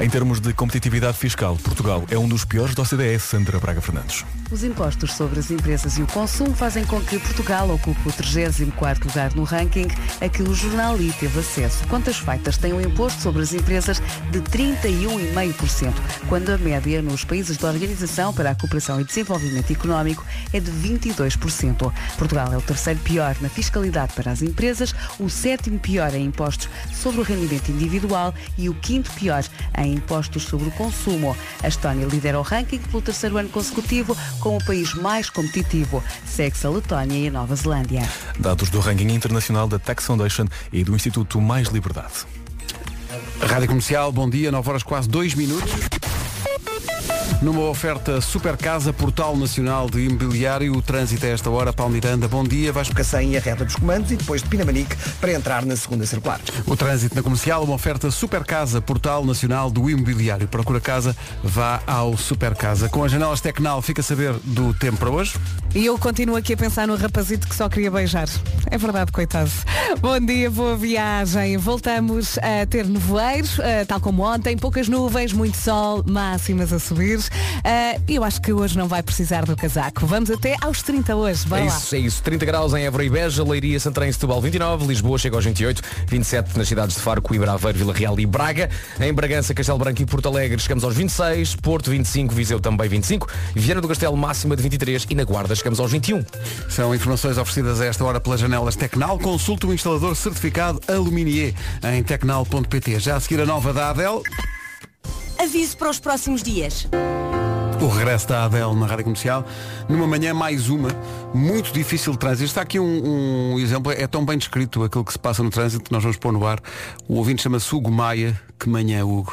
S1: Em termos de competitividade fiscal, Portugal é um dos piores da OCDE, Sandra Braga Fernandes.
S13: Os impostos sobre as empresas e o consumo fazem com que Portugal ocupe o 34º lugar no ranking a que o jornal I teve acesso. Contas feitas têm um imposto sobre as empresas de 31,5%, quando a média nos países da Organização para a Cooperação e Desenvolvimento Económico é de 22%. Portugal é o terceiro pior na fiscalidade para as empresas, o sétimo pior em impostos sobre o rendimento individual e o quinto pior em impostos sobre o consumo. A Estónia lidera o ranking pelo terceiro ano consecutivo como o país mais competitivo. Segue-se a Letónia e a Nova Zelândia.
S1: Dados do ranking internacional da Tax Foundation e do Instituto Mais Liberdade.
S2: Rádio Comercial, bom dia, 9 horas quase 2 minutos. Numa oferta Super Casa, Portal Nacional de Imobiliário, o trânsito é a esta hora, Paulo Miranda, bom dia, vais
S3: para e a reta dos comandos e depois de Pinamanique para entrar na segunda circular.
S2: O trânsito na comercial, uma oferta Super Casa, Portal Nacional do Imobiliário. Procura casa, vá ao Super Casa. Com as janelas Tecnal, fica a saber do tempo para hoje.
S4: E eu continuo aqui a pensar no rapazito que só queria beijar. É verdade, coitado. Bom dia, boa viagem. Voltamos a ter nevoeiros, eh, tal como ontem. Poucas nuvens, muito sol, máximas a subir. Eh, eu acho que hoje não vai precisar do casaco. Vamos até aos 30 hoje. Vai
S18: É
S4: lá.
S18: isso, é isso. 30 graus em Évora e Beja, Leiria, Santarém, Setúbal 29, Lisboa chega aos 28, 27 nas cidades de Faro, Coimbra, Aveiro, Vila Real e Braga. Em Bragança, Castelo Branco e Porto Alegre chegamos aos 26, Porto 25, Viseu também 25, Viana do Castelo máxima de 23 e um. na Guarda chegamos aos 21.
S2: São informações oferecidas a esta hora pelas janelas Tecnal. Consulte o instalador certificado Aluminier em tecnal.pt. Já a seguir a nova da Adel.
S14: Aviso para os próximos dias.
S2: O regresso da Adele na Rádio Comercial, numa manhã mais uma, muito difícil de trânsito. Está aqui um, um exemplo, é tão bem descrito aquilo que se passa no trânsito que nós vamos pôr no ar. O ouvinte chama-se Hugo Maia. Que manhã, Hugo.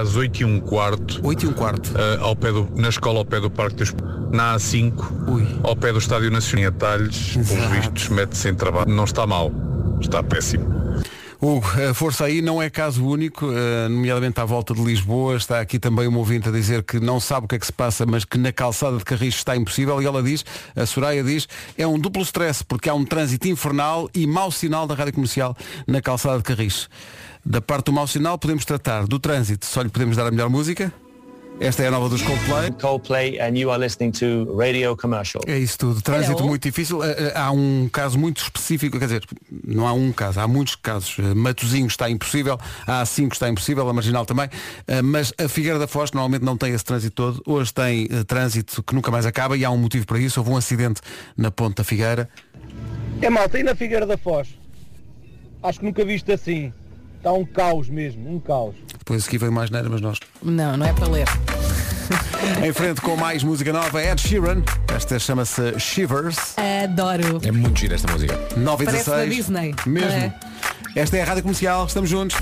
S10: às 8 e um quarto.
S2: 8 e um quarto.
S10: eh, ao pé do, na escola ao pé do Parque dos... Na A5, ao pé do Estádio Nacional em Atalhos, pelos vistos, mete-se em trabalho. Não está mal, está péssimo.
S2: Hugo, a força aí não é caso único, eh, nomeadamente à volta de Lisboa. Está aqui também uma ouvinte a dizer que não sabe o que é que se passa, mas que na calçada de Carris está impossível. E ela diz, a Soraya diz, é um duplo stress, porque há um trânsito infernal e mau sinal da rádio comercial na calçada de Carris. Da parte do mau sinal podemos tratar do trânsito, só lhe podemos dar a melhor música. Esta é a nova dos Coldplay.
S16: Coldplay and you are listening to Radio Commercial.
S2: É isso tudo. Trânsito muito difícil. Eh, eh, Há um caso muito específico, quer dizer, não há um caso, há muitos casos. Eh, Matozinho está impossível, a A5 está impossível, a Marginal também, eh, mas a Figueira da Foz normalmente não tem esse trânsito todo. Hoje tem eh, trânsito que nunca mais acaba e há um motivo para isso. Houve um acidente na Ponte da Figueira.
S23: É malta, e na Figueira da Foz? Acho que nunca viste assim. Está um caos mesmo, um caos.
S2: Depois aqui veio mais neira, mas nós.
S4: Não, não é para ler.
S2: em frente com mais música nova, Ed Sheeran. Esta chama-se Shivers.
S4: Adoro.
S2: É muito gira esta música. 9 e
S4: Parece
S2: 16.
S4: da Disney.
S2: Mesmo.
S4: É.
S2: Esta é a Rádio Comercial, estamos juntos.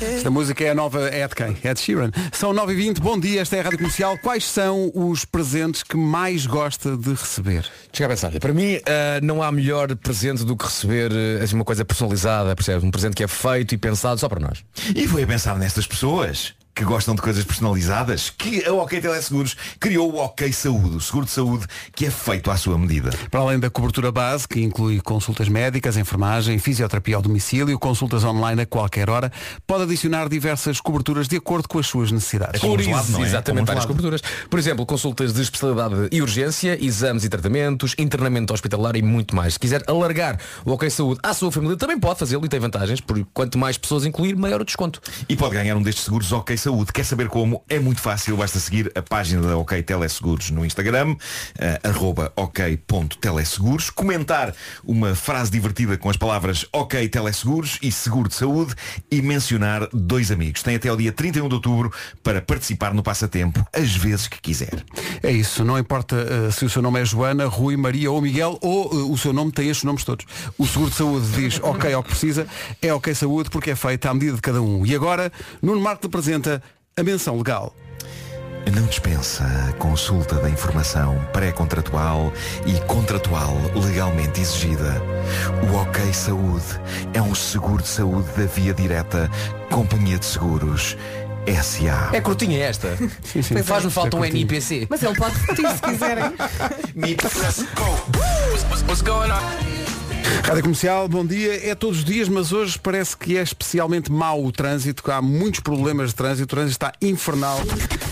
S2: Esta música é a nova é de quem? É de Sheeran. São 9h20, bom dia, esta é a Rádio Comercial. Quais são os presentes que mais gosta de receber?
S18: Chega a pensar, para mim ah, não há melhor presente do que receber ah, assim, uma coisa personalizada, percebes? Um presente que é feito e pensado só para nós.
S6: E foi a pensar nestas pessoas que gostam de coisas personalizadas que a OK Teleseguros criou o OK Saúde, o seguro de saúde que é feito à sua medida.
S2: Para além da cobertura base, que inclui consultas médicas, enfermagem, fisioterapia ao domicílio, consultas online a qualquer hora, pode adicionar diversas coberturas de acordo com as suas necessidades.
S18: Por
S6: um
S18: isso,
S6: é?
S18: exatamente, várias coberturas. Por exemplo, consultas de especialidade e urgência, exames e tratamentos, internamento hospitalar e muito mais. Se quiser alargar o OK Saúde à sua família, também pode fazê-lo e tem vantagens, porque quanto mais pessoas incluir, maior o desconto.
S6: E pode ganhar um destes seguros OK Saúde. Quer saber como? É muito fácil, basta seguir a página da OK Teleseguros no Instagram, eh, arroba ok.teleseguros, comentar uma frase divertida com as palavras OK Teleseguros e Seguro de Saúde e mencionar dois amigos. Tem até o dia 31 de outubro para participar no passatempo, as vezes que quiser.
S2: É isso, não importa eh, se o seu nome é Joana, Rui, Maria ou Miguel, ou eh, o seu nome tem estes nomes todos. O seguro de saúde diz ok ao que precisa, é ok saúde porque é feito à medida de cada um. E agora, Nuno Marco apresenta a menção legal.
S6: Não dispensa a consulta da informação pré-contratual e contratual legalmente exigida. O OK Saúde é um seguro de saúde da Via Direta, Companhia de Seguros, SA.
S18: É curtinha esta.
S6: sim.
S18: Faz-me falta
S6: É
S18: um
S6: curtinha.
S18: NIPC.
S4: Mas ele pode repetir se quiserem.
S2: Rádio Comercial, bom dia. É todos os dias, mas hoje parece que é especialmente mau o trânsito, que há muitos problemas de trânsito, o trânsito está infernal.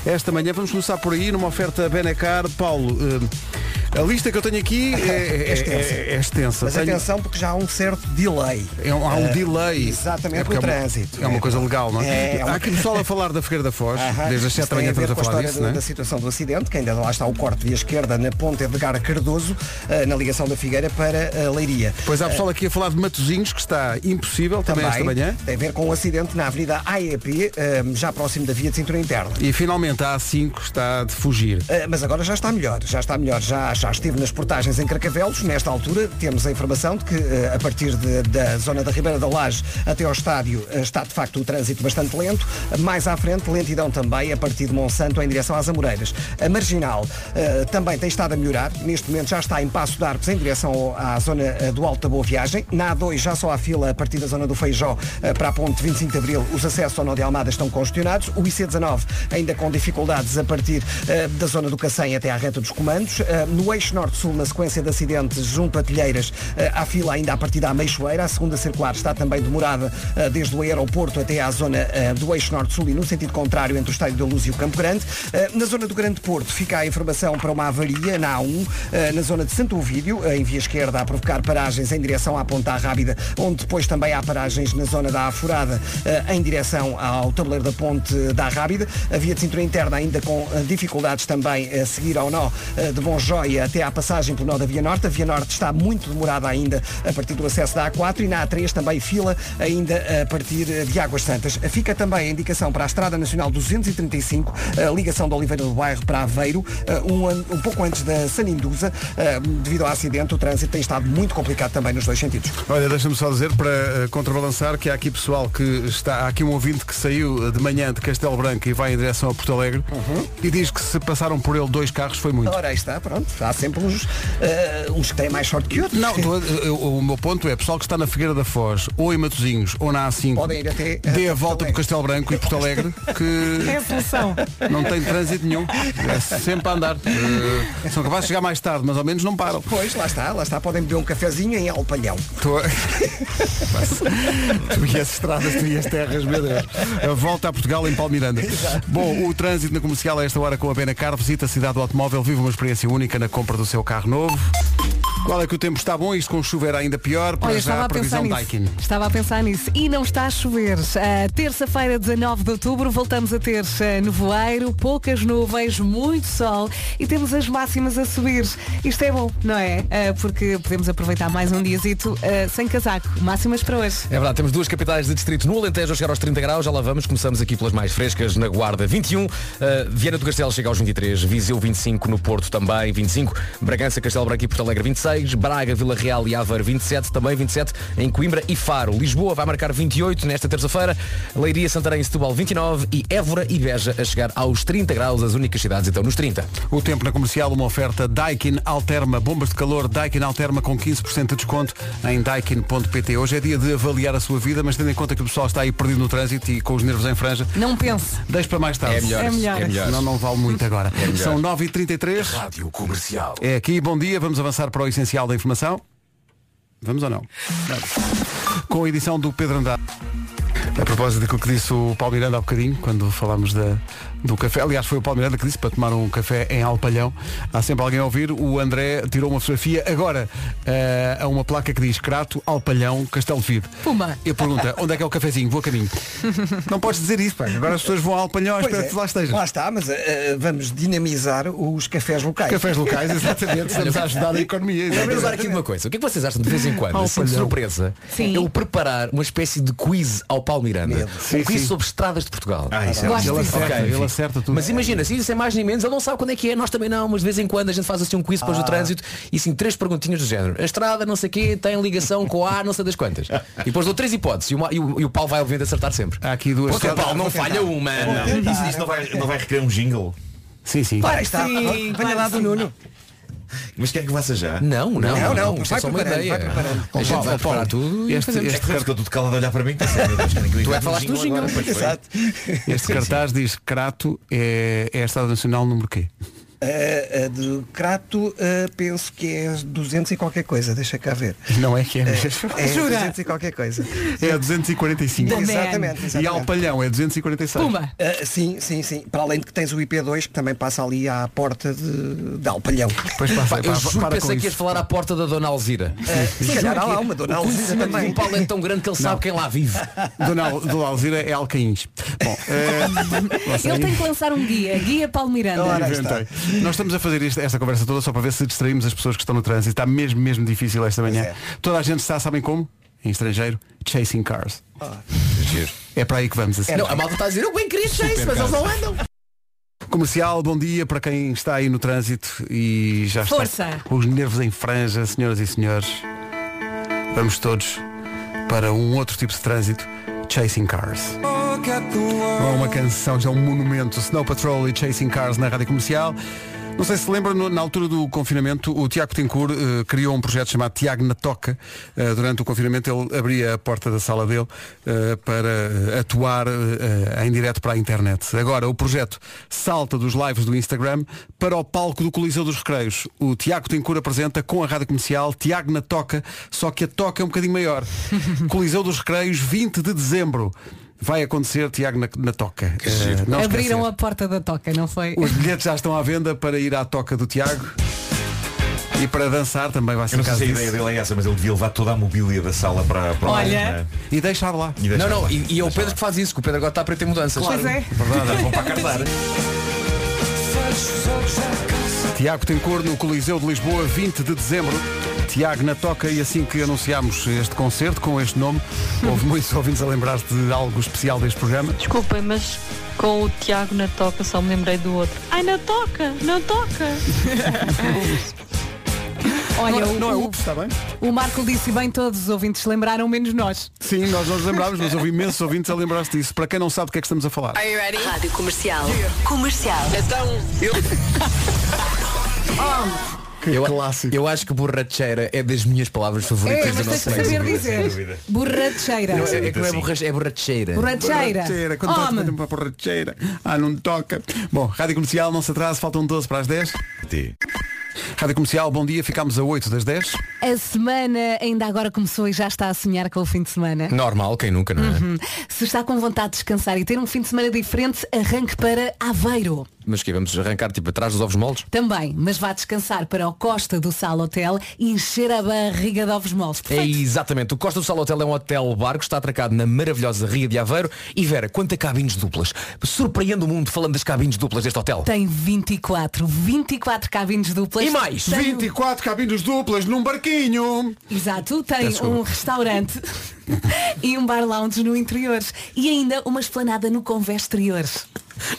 S2: Esta manhã vamos começar por aí numa oferta Benacar. Paulo, eh, a lista que eu tenho aqui é, é- é- é extensa.
S3: Mas
S2: Tenho-
S3: atenção porque já há um certo delay.
S2: É um- há um
S3: Eh,
S2: delay.
S3: Exatamente,
S2: É
S3: no
S2: porque é uma-
S3: trânsito.
S2: é uma coisa legal, não é?
S3: é
S2: Há
S3: uma-
S2: aqui pessoal a falar da Figueira da Foz,
S3: Aham.
S2: desde as 7
S3: Isto
S2: da manhã
S3: tem a
S2: estamos
S3: ver
S2: a
S3: com a
S2: falar
S3: história
S2: disso,
S3: da,
S2: não é?
S3: da situação do acidente, que ainda lá está o corte via esquerda na ponte Edgar Cardoso, eh, na ligação da Figueira para a Leiria.
S2: Pois há
S3: Eh,
S2: pessoal aqui a falar de Matozinhos, que está impossível também, esta manhã.
S3: Tem a ver com um acidente na Avenida AEP, eh, já próximo da via de cintura interna.
S2: E finalmente a A5 está de fugir.
S3: Eh, mas agora já está melhor, já está melhor. Já, já estive nas portagens em Carcavelos. Nesta altura temos a informação de que eh, a partir de- da zona da Ribeira da Laje até ao estádio eh, está de facto o trânsito bastante lento. Mais à frente, lentidão também a partir de Monsanto em direção às Amoreiras. A marginal eh, também tem estado a melhorar. Neste momento já está em Passo de Arcos em direção ao- à zona eh, do Alto da Boa Viagem. Na A2 já só há fila a partir da zona do Feijó eh, para a ponte 25 de Abril. Os acessos ao Nó de Almada estão congestionados. O IC19 ainda com dificuldades a partir eh, da zona do Cacém até à reta dos comandos. Eh, no eixo norte-sul, na sequência de acidentes junto a Telheiras, eh, há fila ainda a partir da Meixoeira. A segunda circular está também demorada eh, desde o aeroporto até à zona eh, do eixo norte-sul e no sentido contrário entre o Estádio da Luz e o Campo Grande. Eh, na zona do Grande Porto fica a informação para uma avaria na A1, eh, na zona de Santo Ovídio, eh, em via esquerda, a provocar paragens em direção à Ponta Rábida, onde depois também há paragens na zona da Afurada, eh, em direção ao tabuleiro da Ponte da Rábida. A via de cintura interna ainda com eh, dificuldades também a seguir ao nó eh, de Bom Joia até à passagem pelo nó da Via Norte. A Via Norte está muito demorada ainda a partir do acesso da A4 e na A3 também fila ainda a partir eh, de Águas Santas. Fica também a indicação para a Estrada Nacional 235, a eh, ligação de Oliveira do Bairro para Aveiro, eh, um, an- um pouco antes da Saninduza. Eh, Devido ao acidente, o trânsito tem estado muito complicado também nos dois sentidos.
S2: Olha, deixa-me só dizer para eh, contrabalançar que há aqui pessoal que está, há aqui um ouvinte que saiu eh, de manhã de Castelo Branco e vai em direção a Porto Alegre
S3: Uhum.
S2: e diz que se passaram por ele dois carros foi muito.
S3: Ora, aí está, pronto. Há sempre uns, eh, uns que têm mais sorte que outros.
S2: Não, tô- eu- o meu ponto é, pessoal que está na Figueira da Foz, ou em Matozinhos, ou na A5,
S3: Podem ir até, eh,
S4: É,
S2: dê a volta por Castelo Branco e Porto Alegre, que
S3: É a solução.
S2: não tem trânsito nenhum. É sempre a andar. Eh, são capazes de chegar mais tarde, mas ao menos não param.
S3: Pois, lá está, lá está. Podem beber um cafezinho em Alpalhão.
S2: Estou a... tu e as estradas, tu e as terras, meu Deus. A volta a Portugal em Palmiranda. Bom, o trânsito na comercial a esta hora com a Benacar. Visita a cidade do automóvel, vive uma experiência única na compra do seu carro novo. Qual é que o tempo está bom? Isto com chuva era ainda pior. Para
S4: Olha,
S2: já
S4: estava
S2: a
S4: a pensar
S2: previsão
S4: nisso.
S2: Daikin.
S4: Estava a pensar nisso. E não está a chover. Ah, Terça-feira, 19 de outubro, voltamos a ter ah, nevoeiro, poucas nuvens, muito sol e temos as máximas a subir. Isto é bom, não é? Ah, porque podemos aproveitar mais um diazito ah, sem casaco. Máximas para hoje.
S18: É verdade, temos duas capitais de distrito no Alentejo a chegar aos 30 graus, já lá vamos, começamos aqui pelas mais frescas, na Guarda 21, uh, Viana do Castelo chega aos 23, Viseu 25, no Porto também 25, Bragança, Castelo Branco e Porto Alegre 26, Braga, Vila Real e Aveiro 27, também 27 em Coimbra e Faro. Lisboa vai marcar 28 nesta terça-feira, Leiria, Santarém e Setúbal 29 e Évora e Beja a chegar aos 30 graus, as únicas cidades então nos 30.
S2: O tempo na comercial, uma oferta Daikin Alterma, bombas de calor Daikin Alterma com 15% de desconto em daikin.pt. Hoje é dia de avaliar a sua vida, mas tendo em conta que o pessoal está aí perdido no trânsito e com os nervos em franja,
S4: Não pense.
S2: deixe para mais tarde.
S4: É melhor, É melhor. é melhor.
S2: Senão não vale muito agora.
S4: É melhor.
S2: São 9h33.
S18: Rádio Comercial.
S2: É aqui, bom dia, vamos avançar para o essencial da informação. Vamos ou não? Com a edição do Pedro Andrade. A propósito daquilo que disse o Paulo Miranda há bocadinho, quando falámos da, do café, aliás foi o Paulo Miranda que disse para tomar um café em Alpalhão, há sempre alguém a ouvir, o André tirou uma fotografia agora eh, a uma placa que diz Crato, Alpalhão, Castelo de Vide.
S4: Puma.
S2: E pergunta, onde é que é o cafezinho? Vou a caminho. Não podes dizer isso, pá. Agora as pessoas vão a Alpalhão,
S3: Pois
S2: espero
S3: é,
S2: que lá estejam.
S3: Lá está, mas eh, vamos dinamizar os cafés locais.
S2: Cafés locais, exatamente, estamos a ajudar a
S3: É
S2: economia.
S18: Vamos lembrar aqui de uma coisa. O que é que vocês acham de vez em quando?
S2: Ao
S18: assim, de
S2: palhão.
S18: surpresa.
S2: Sim.
S18: Eu preparar uma espécie de quiz ao Paulo Miranda.
S2: Sim,
S18: um quiz
S2: sim.
S18: sobre estradas de Portugal.
S2: Ah, isso é Gosto ótimo. Ele acerta,
S18: Ok,
S2: ele
S18: fica.
S2: acerta tudo.
S18: Mas imagina, se isso é mais nem menos, ele não sabe quando é que é, nós também não, mas de vez em quando a gente faz assim um quiz depois
S2: Ah.
S18: do trânsito e assim três perguntinhas do género. A estrada, não sei o quê, tem ligação com a A, não sei das quantas. E depois dou três hipóteses e, uma- e o, e o Paulo vai obviamente acertar sempre.
S2: Há aqui duas
S18: Porque o Paulo não falha uma.
S6: Não, isso, isso não, vai, não vai requerer um jingle.
S2: Sim, sim.
S3: Para está. Venha lá do Nuno.
S6: Mas quer que vá já?
S18: Não, não, não,
S6: não,
S18: não, isto é
S6: vai
S18: só uma
S6: preparando,
S18: ideia.
S6: vai preparando.
S18: A gente vai preparar tudo e
S6: Este,
S18: fazemos.
S6: este é que eu estou calado a olhar para mim. Tu
S18: é que falaste do jingle.
S6: Exato.
S2: Este cartaz diz Crato é, é a Estrada Nacional número quê?
S3: Eh, eh, de Crato, eh, penso que é 200 e qualquer coisa, deixa cá ver.
S2: Não é que é, mas...
S3: É 200 e qualquer coisa.
S2: É a 245.
S3: Da Exatamente, man. exatamente.
S2: E Alpalhão é 246.
S3: Ah, sim, sim, sim. Para além de que tens o IP2 que também passa ali à porta de, de Alpalhão.
S18: Pá, eu juro que pensei que ias falar à porta da Dona Alzira.
S3: se
S18: Juro
S3: calhar há
S18: que-
S3: lá uma Dona
S18: É. o
S3: Alzira
S18: conhecimento
S3: também.
S18: do Paulo é tão grande que ele sabe quem lá vive.
S2: Dona, Al- Dona Alzira é Alcaíns. Bom, eh, lá sei.
S4: Ele tem que lançar um guia, guia Paulo Miranda.
S2: Inventei. Nós estamos a fazer isto- esta conversa toda só para ver se distraímos as pessoas que estão no trânsito. Está mesmo, mesmo difícil esta manhã.
S3: é.
S2: Toda a gente está, sabem como? Em estrangeiro, chasing cars. É para aí que vamos assim.
S18: Não, a malta
S4: tá
S18: está a dizer, eu bem queria chase, mas eles não andam.
S2: Comercial, bom dia para quem está aí no trânsito e já
S4: Força.
S2: está com os nervos em franja, senhoras e senhores. Vamos todos para um outro tipo de trânsito, Chasing Cars. Há uma canção, já um monumento, Snow Patrol e Chasing Cars na Rádio Comercial. Não sei se lembram, no- na altura do confinamento, o Tiago Tencourt eh, criou um projeto chamado Tiago na Toca. Eh, durante o confinamento ele abria a porta da sala dele eh, para eh, atuar eh, em direto para a internet. Agora, o projeto salta dos lives do Instagram para o palco do Coliseu dos Recreios. O Tiago Tencourt apresenta com a Rádio Comercial Tiago na Toca, só que a Toca é um bocadinho maior. Coliseu dos Recreios, 20 de dezembro. Vai acontecer Tiago na, na Toca. Eh, não
S4: Abriram
S2: esquecer.
S4: a porta da toca, não foi?
S2: Os bilhetes já estão à venda para ir à toca do Tiago. E para dançar também vai ser
S6: Eu não sei
S2: caso
S6: se a
S2: disso.
S6: ideia dele é essa, mas ele devia levar toda a mobília da sala para, para lá, né?
S2: E deixar lá.
S6: E deixar
S18: Não, não,
S6: lá.
S18: e, e é o Pedro que faz isso, que o Pedro agora está a preter mudanças.
S6: Claro. Pois é. Verdade, vão para a Cardar.
S2: Tiago Tencour no Coliseu de Lisboa, 20 de dezembro. Tiago na toca e assim que anunciámos este concerto com este nome, houve muitos ouvintes a lembrar-se de algo especial deste programa.
S17: Desculpem, mas com o Tiago na toca só me lembrei do outro. Ai, na toca, na toca.
S4: Olha,
S2: não,
S4: o-
S2: não é
S4: o-
S2: ups, está bem?
S4: O Marco disse e bem todos os ouvintes lembraram, menos nós.
S2: Sim, nós não nos lembrámos, mas houve imensos ouvintes a lembrar-se disso. Para quem não sabe do que é que estamos a falar.
S14: Are you ready? Rádio Comercial. Comercial. Então, eu...
S18: eu, clássico. Eu acho que borracheira é das minhas palavras
S4: É,
S18: favoritas
S4: mas
S18: da
S4: tens
S18: nossa
S4: que saber
S18: música.
S4: dizer. Borracheira.
S18: Não, é, é que não é borracheira, é borracheira.
S4: Borracheira.
S2: Borracheira, quando toca,
S4: Homem.
S2: tempo para borracheira. Ah, não toca. Bom, Rádio Comercial, não se atrase, faltam 12 para as 10. Rádio Comercial, bom dia, ficámos a 8 das 10.
S4: A semana ainda agora começou e já está a sonhar com o fim de semana.
S18: Normal, quem nunca, não é?
S4: Uhum. Se está com vontade de descansar e ter um fim de semana diferente, arranque para Aveiro.
S18: Mas que vamos arrancar tipo atrás dos ovos moldes?
S4: Também, mas vá descansar para o Costa do Sal Hotel e encher a barriga de ovos moles.
S18: É exatamente. O Costa do Sal Hotel é um hotel-bar que está atracado na maravilhosa Ria de Aveiro. E Vera, quanto a cabines duplas. Surpreende o mundo falando das cabines duplas deste hotel.
S4: Tem 24, 24 cabines duplas. um-
S18: E mais?
S2: 24 cabines duplas num barquinho.
S4: Exato, tem
S18: Peço desculpa.
S4: um restaurante e um bar lounge no interior. E ainda uma esplanada no convés exterior.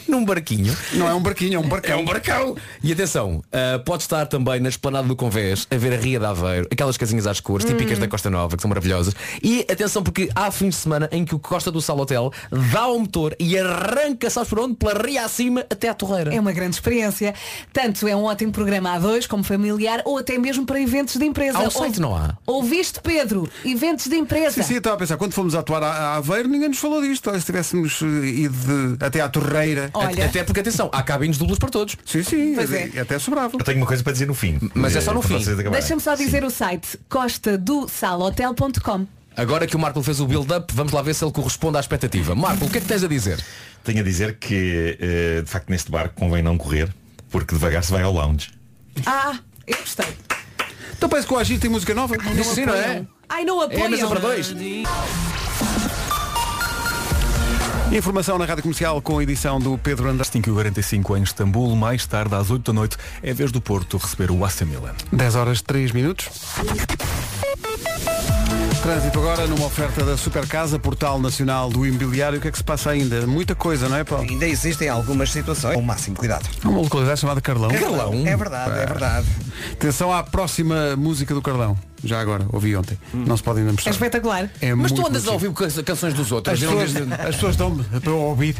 S18: Num barquinho.
S2: Não é um barquinho, é um barcão.
S18: É um barcão. E atenção, ah, pode estar também na esplanada do Convés a ver a Ria de Aveiro, aquelas casinhas às cores típicas
S19: Hum.
S18: da Costa Nova, que são maravilhosas. E atenção, porque há fins de semana em que o Costa do Sal Hotel dá ao motor e arranca, sabes por onde? Pela Ria acima até à Torreira.
S4: É uma grande experiência. Tanto é um ótimo programa a dois, como familiar, ou até mesmo para eventos de empresa.
S2: Há um
S4: Ou-
S2: site, não há?
S4: Ouviste, Pedro? Eventos de empresa.
S2: Sim, é sim, eu estava a pensar, quando fomos atuar a a Aveiro, ninguém nos falou disto. Olha, se tivéssemos eh, ido de- até à Torreira.
S4: Olha.
S18: Até porque, atenção, há cabines duplas para todos.
S2: Sim, sim,
S4: Pois é.
S2: e até sobrava.
S6: Eu tenho uma coisa para dizer no fim.
S18: Mas é só
S6: eh,
S18: no
S6: para
S18: fim.
S6: vocês acabarem.
S4: Deixa-me só dizer o site costadosalhotel.com.
S18: Agora que o Marco fez o build-up, vamos lá ver se ele corresponde à expectativa. Marco, o que é que tens a dizer?
S6: Tenho a dizer que, eh, de facto, neste barco convém não correr, porque devagar se vai ao lounge.
S4: Ah, eu gostei.
S2: Então parece que o Agir tem música nova. Não
S4: Sim, não é? Ai, não apoiam.
S2: mesa para dois. Informação na Rádio Comercial com a edição do Pedro Andrade.
S1: 5h45 em Istambul, mais tarde às 8 da noite, é vez do Porto receber o AC Milan.
S2: 10 horas 3 minutos. Trânsito agora numa oferta da Supercasa, portal nacional do imobiliário. O que é que se passa ainda? Muita coisa, não é, Paulo?
S3: Ainda existem algumas situações. Com o máximo cuidado.
S2: Há uma localidade chamada Carlão.
S3: Carlão? É verdade, é verdade.
S2: Atenção à próxima música do Carlão. Já agora, ouvi ontem. Não se pode ainda
S4: É
S2: mostrar.
S4: espetacular.
S2: É
S18: Mas tu
S2: muito
S18: andas a ouvir can- canções dos outros.
S2: As
S18: Eu não
S2: pessoas,
S18: vejo-
S2: as pessoas dão-me para eu ouvir.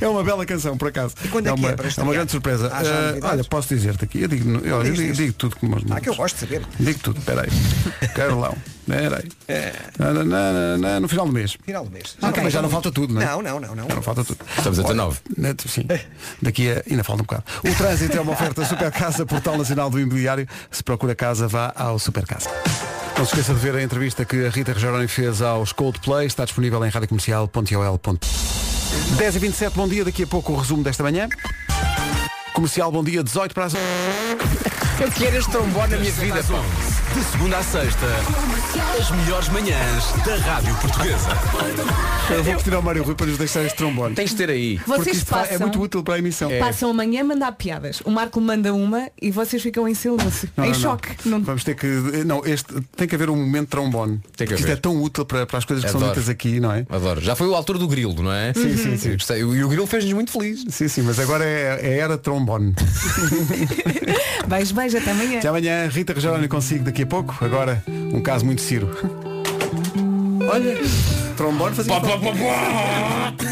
S2: é uma bela canção, por acaso.
S3: quando é que
S2: uma,
S3: é para estrear?
S2: uma grande surpresa.
S3: Há já
S2: Ah,
S3: novidades?
S2: olha, posso dizer-te aqui. Eu digo, eu, eu
S3: Diz,
S2: digo,
S3: diz.
S2: digo tudo como os
S3: Ah, que eu
S2: números.
S3: gosto de saber.
S2: Digo tudo, peraí. Carlão, peraí.
S3: É.
S2: Na, na, na, na, no final do mês.
S3: Final do mês.
S2: Ah, mas já não falta tudo, não é?
S3: então Não, não, não, não.
S2: Já não falta tudo.
S18: Estamos a
S2: Olha,
S18: 19.
S2: né, Sim. Daqui a... ainda falta um bocado. O trânsito é uma oferta Supercasa, portal nacional do imobiliário. Se procura casa, vá ao Supercasa. Não se esqueça de ver a entrevista que a Rita Rogeroni fez aos Coldplay. Está disponível em radiocomercial.ol. 10 e 27 bom dia. Daqui a pouco o resumo desta manhã. Comercial, bom dia. 18 para as...
S18: Eu quero este trombone na minha vida, pá.
S19: De segunda à sexta, as melhores manhãs da Rádio Portuguesa.
S2: Eu vou pedir ao Mário Rui para nos deixar este trombone.
S18: Tens de ter aí.
S2: Porque
S4: Vocês
S2: isto fa- é
S4: passam-
S2: muito útil É. para a emissão.
S4: Passam amanhã a mandar piadas. O Marco manda uma e vocês ficam em silêncio.
S2: É, Não,
S4: em
S2: não, não.
S4: choque.
S2: Vamos ter que. Não, este tem que haver um momento de trombone.
S18: Tem que
S2: Porque isto é
S18: haver.
S2: tão útil para, para as coisas que são
S18: Adoro.
S2: ditas aqui, não é?
S18: Adoro. Já foi o autor do grilo, não é?
S2: Sim, sim, sim.
S18: Gostei. E o grilo fez-nos muito feliz.
S2: Sim, sim, mas agora é, é era trombone.
S4: Beijo, beijo, até amanhã.
S2: Até amanhã, Rita Rogeroni consigo daqui a pouco. Agora, um caso muito ciro. Olha, trombone fazia.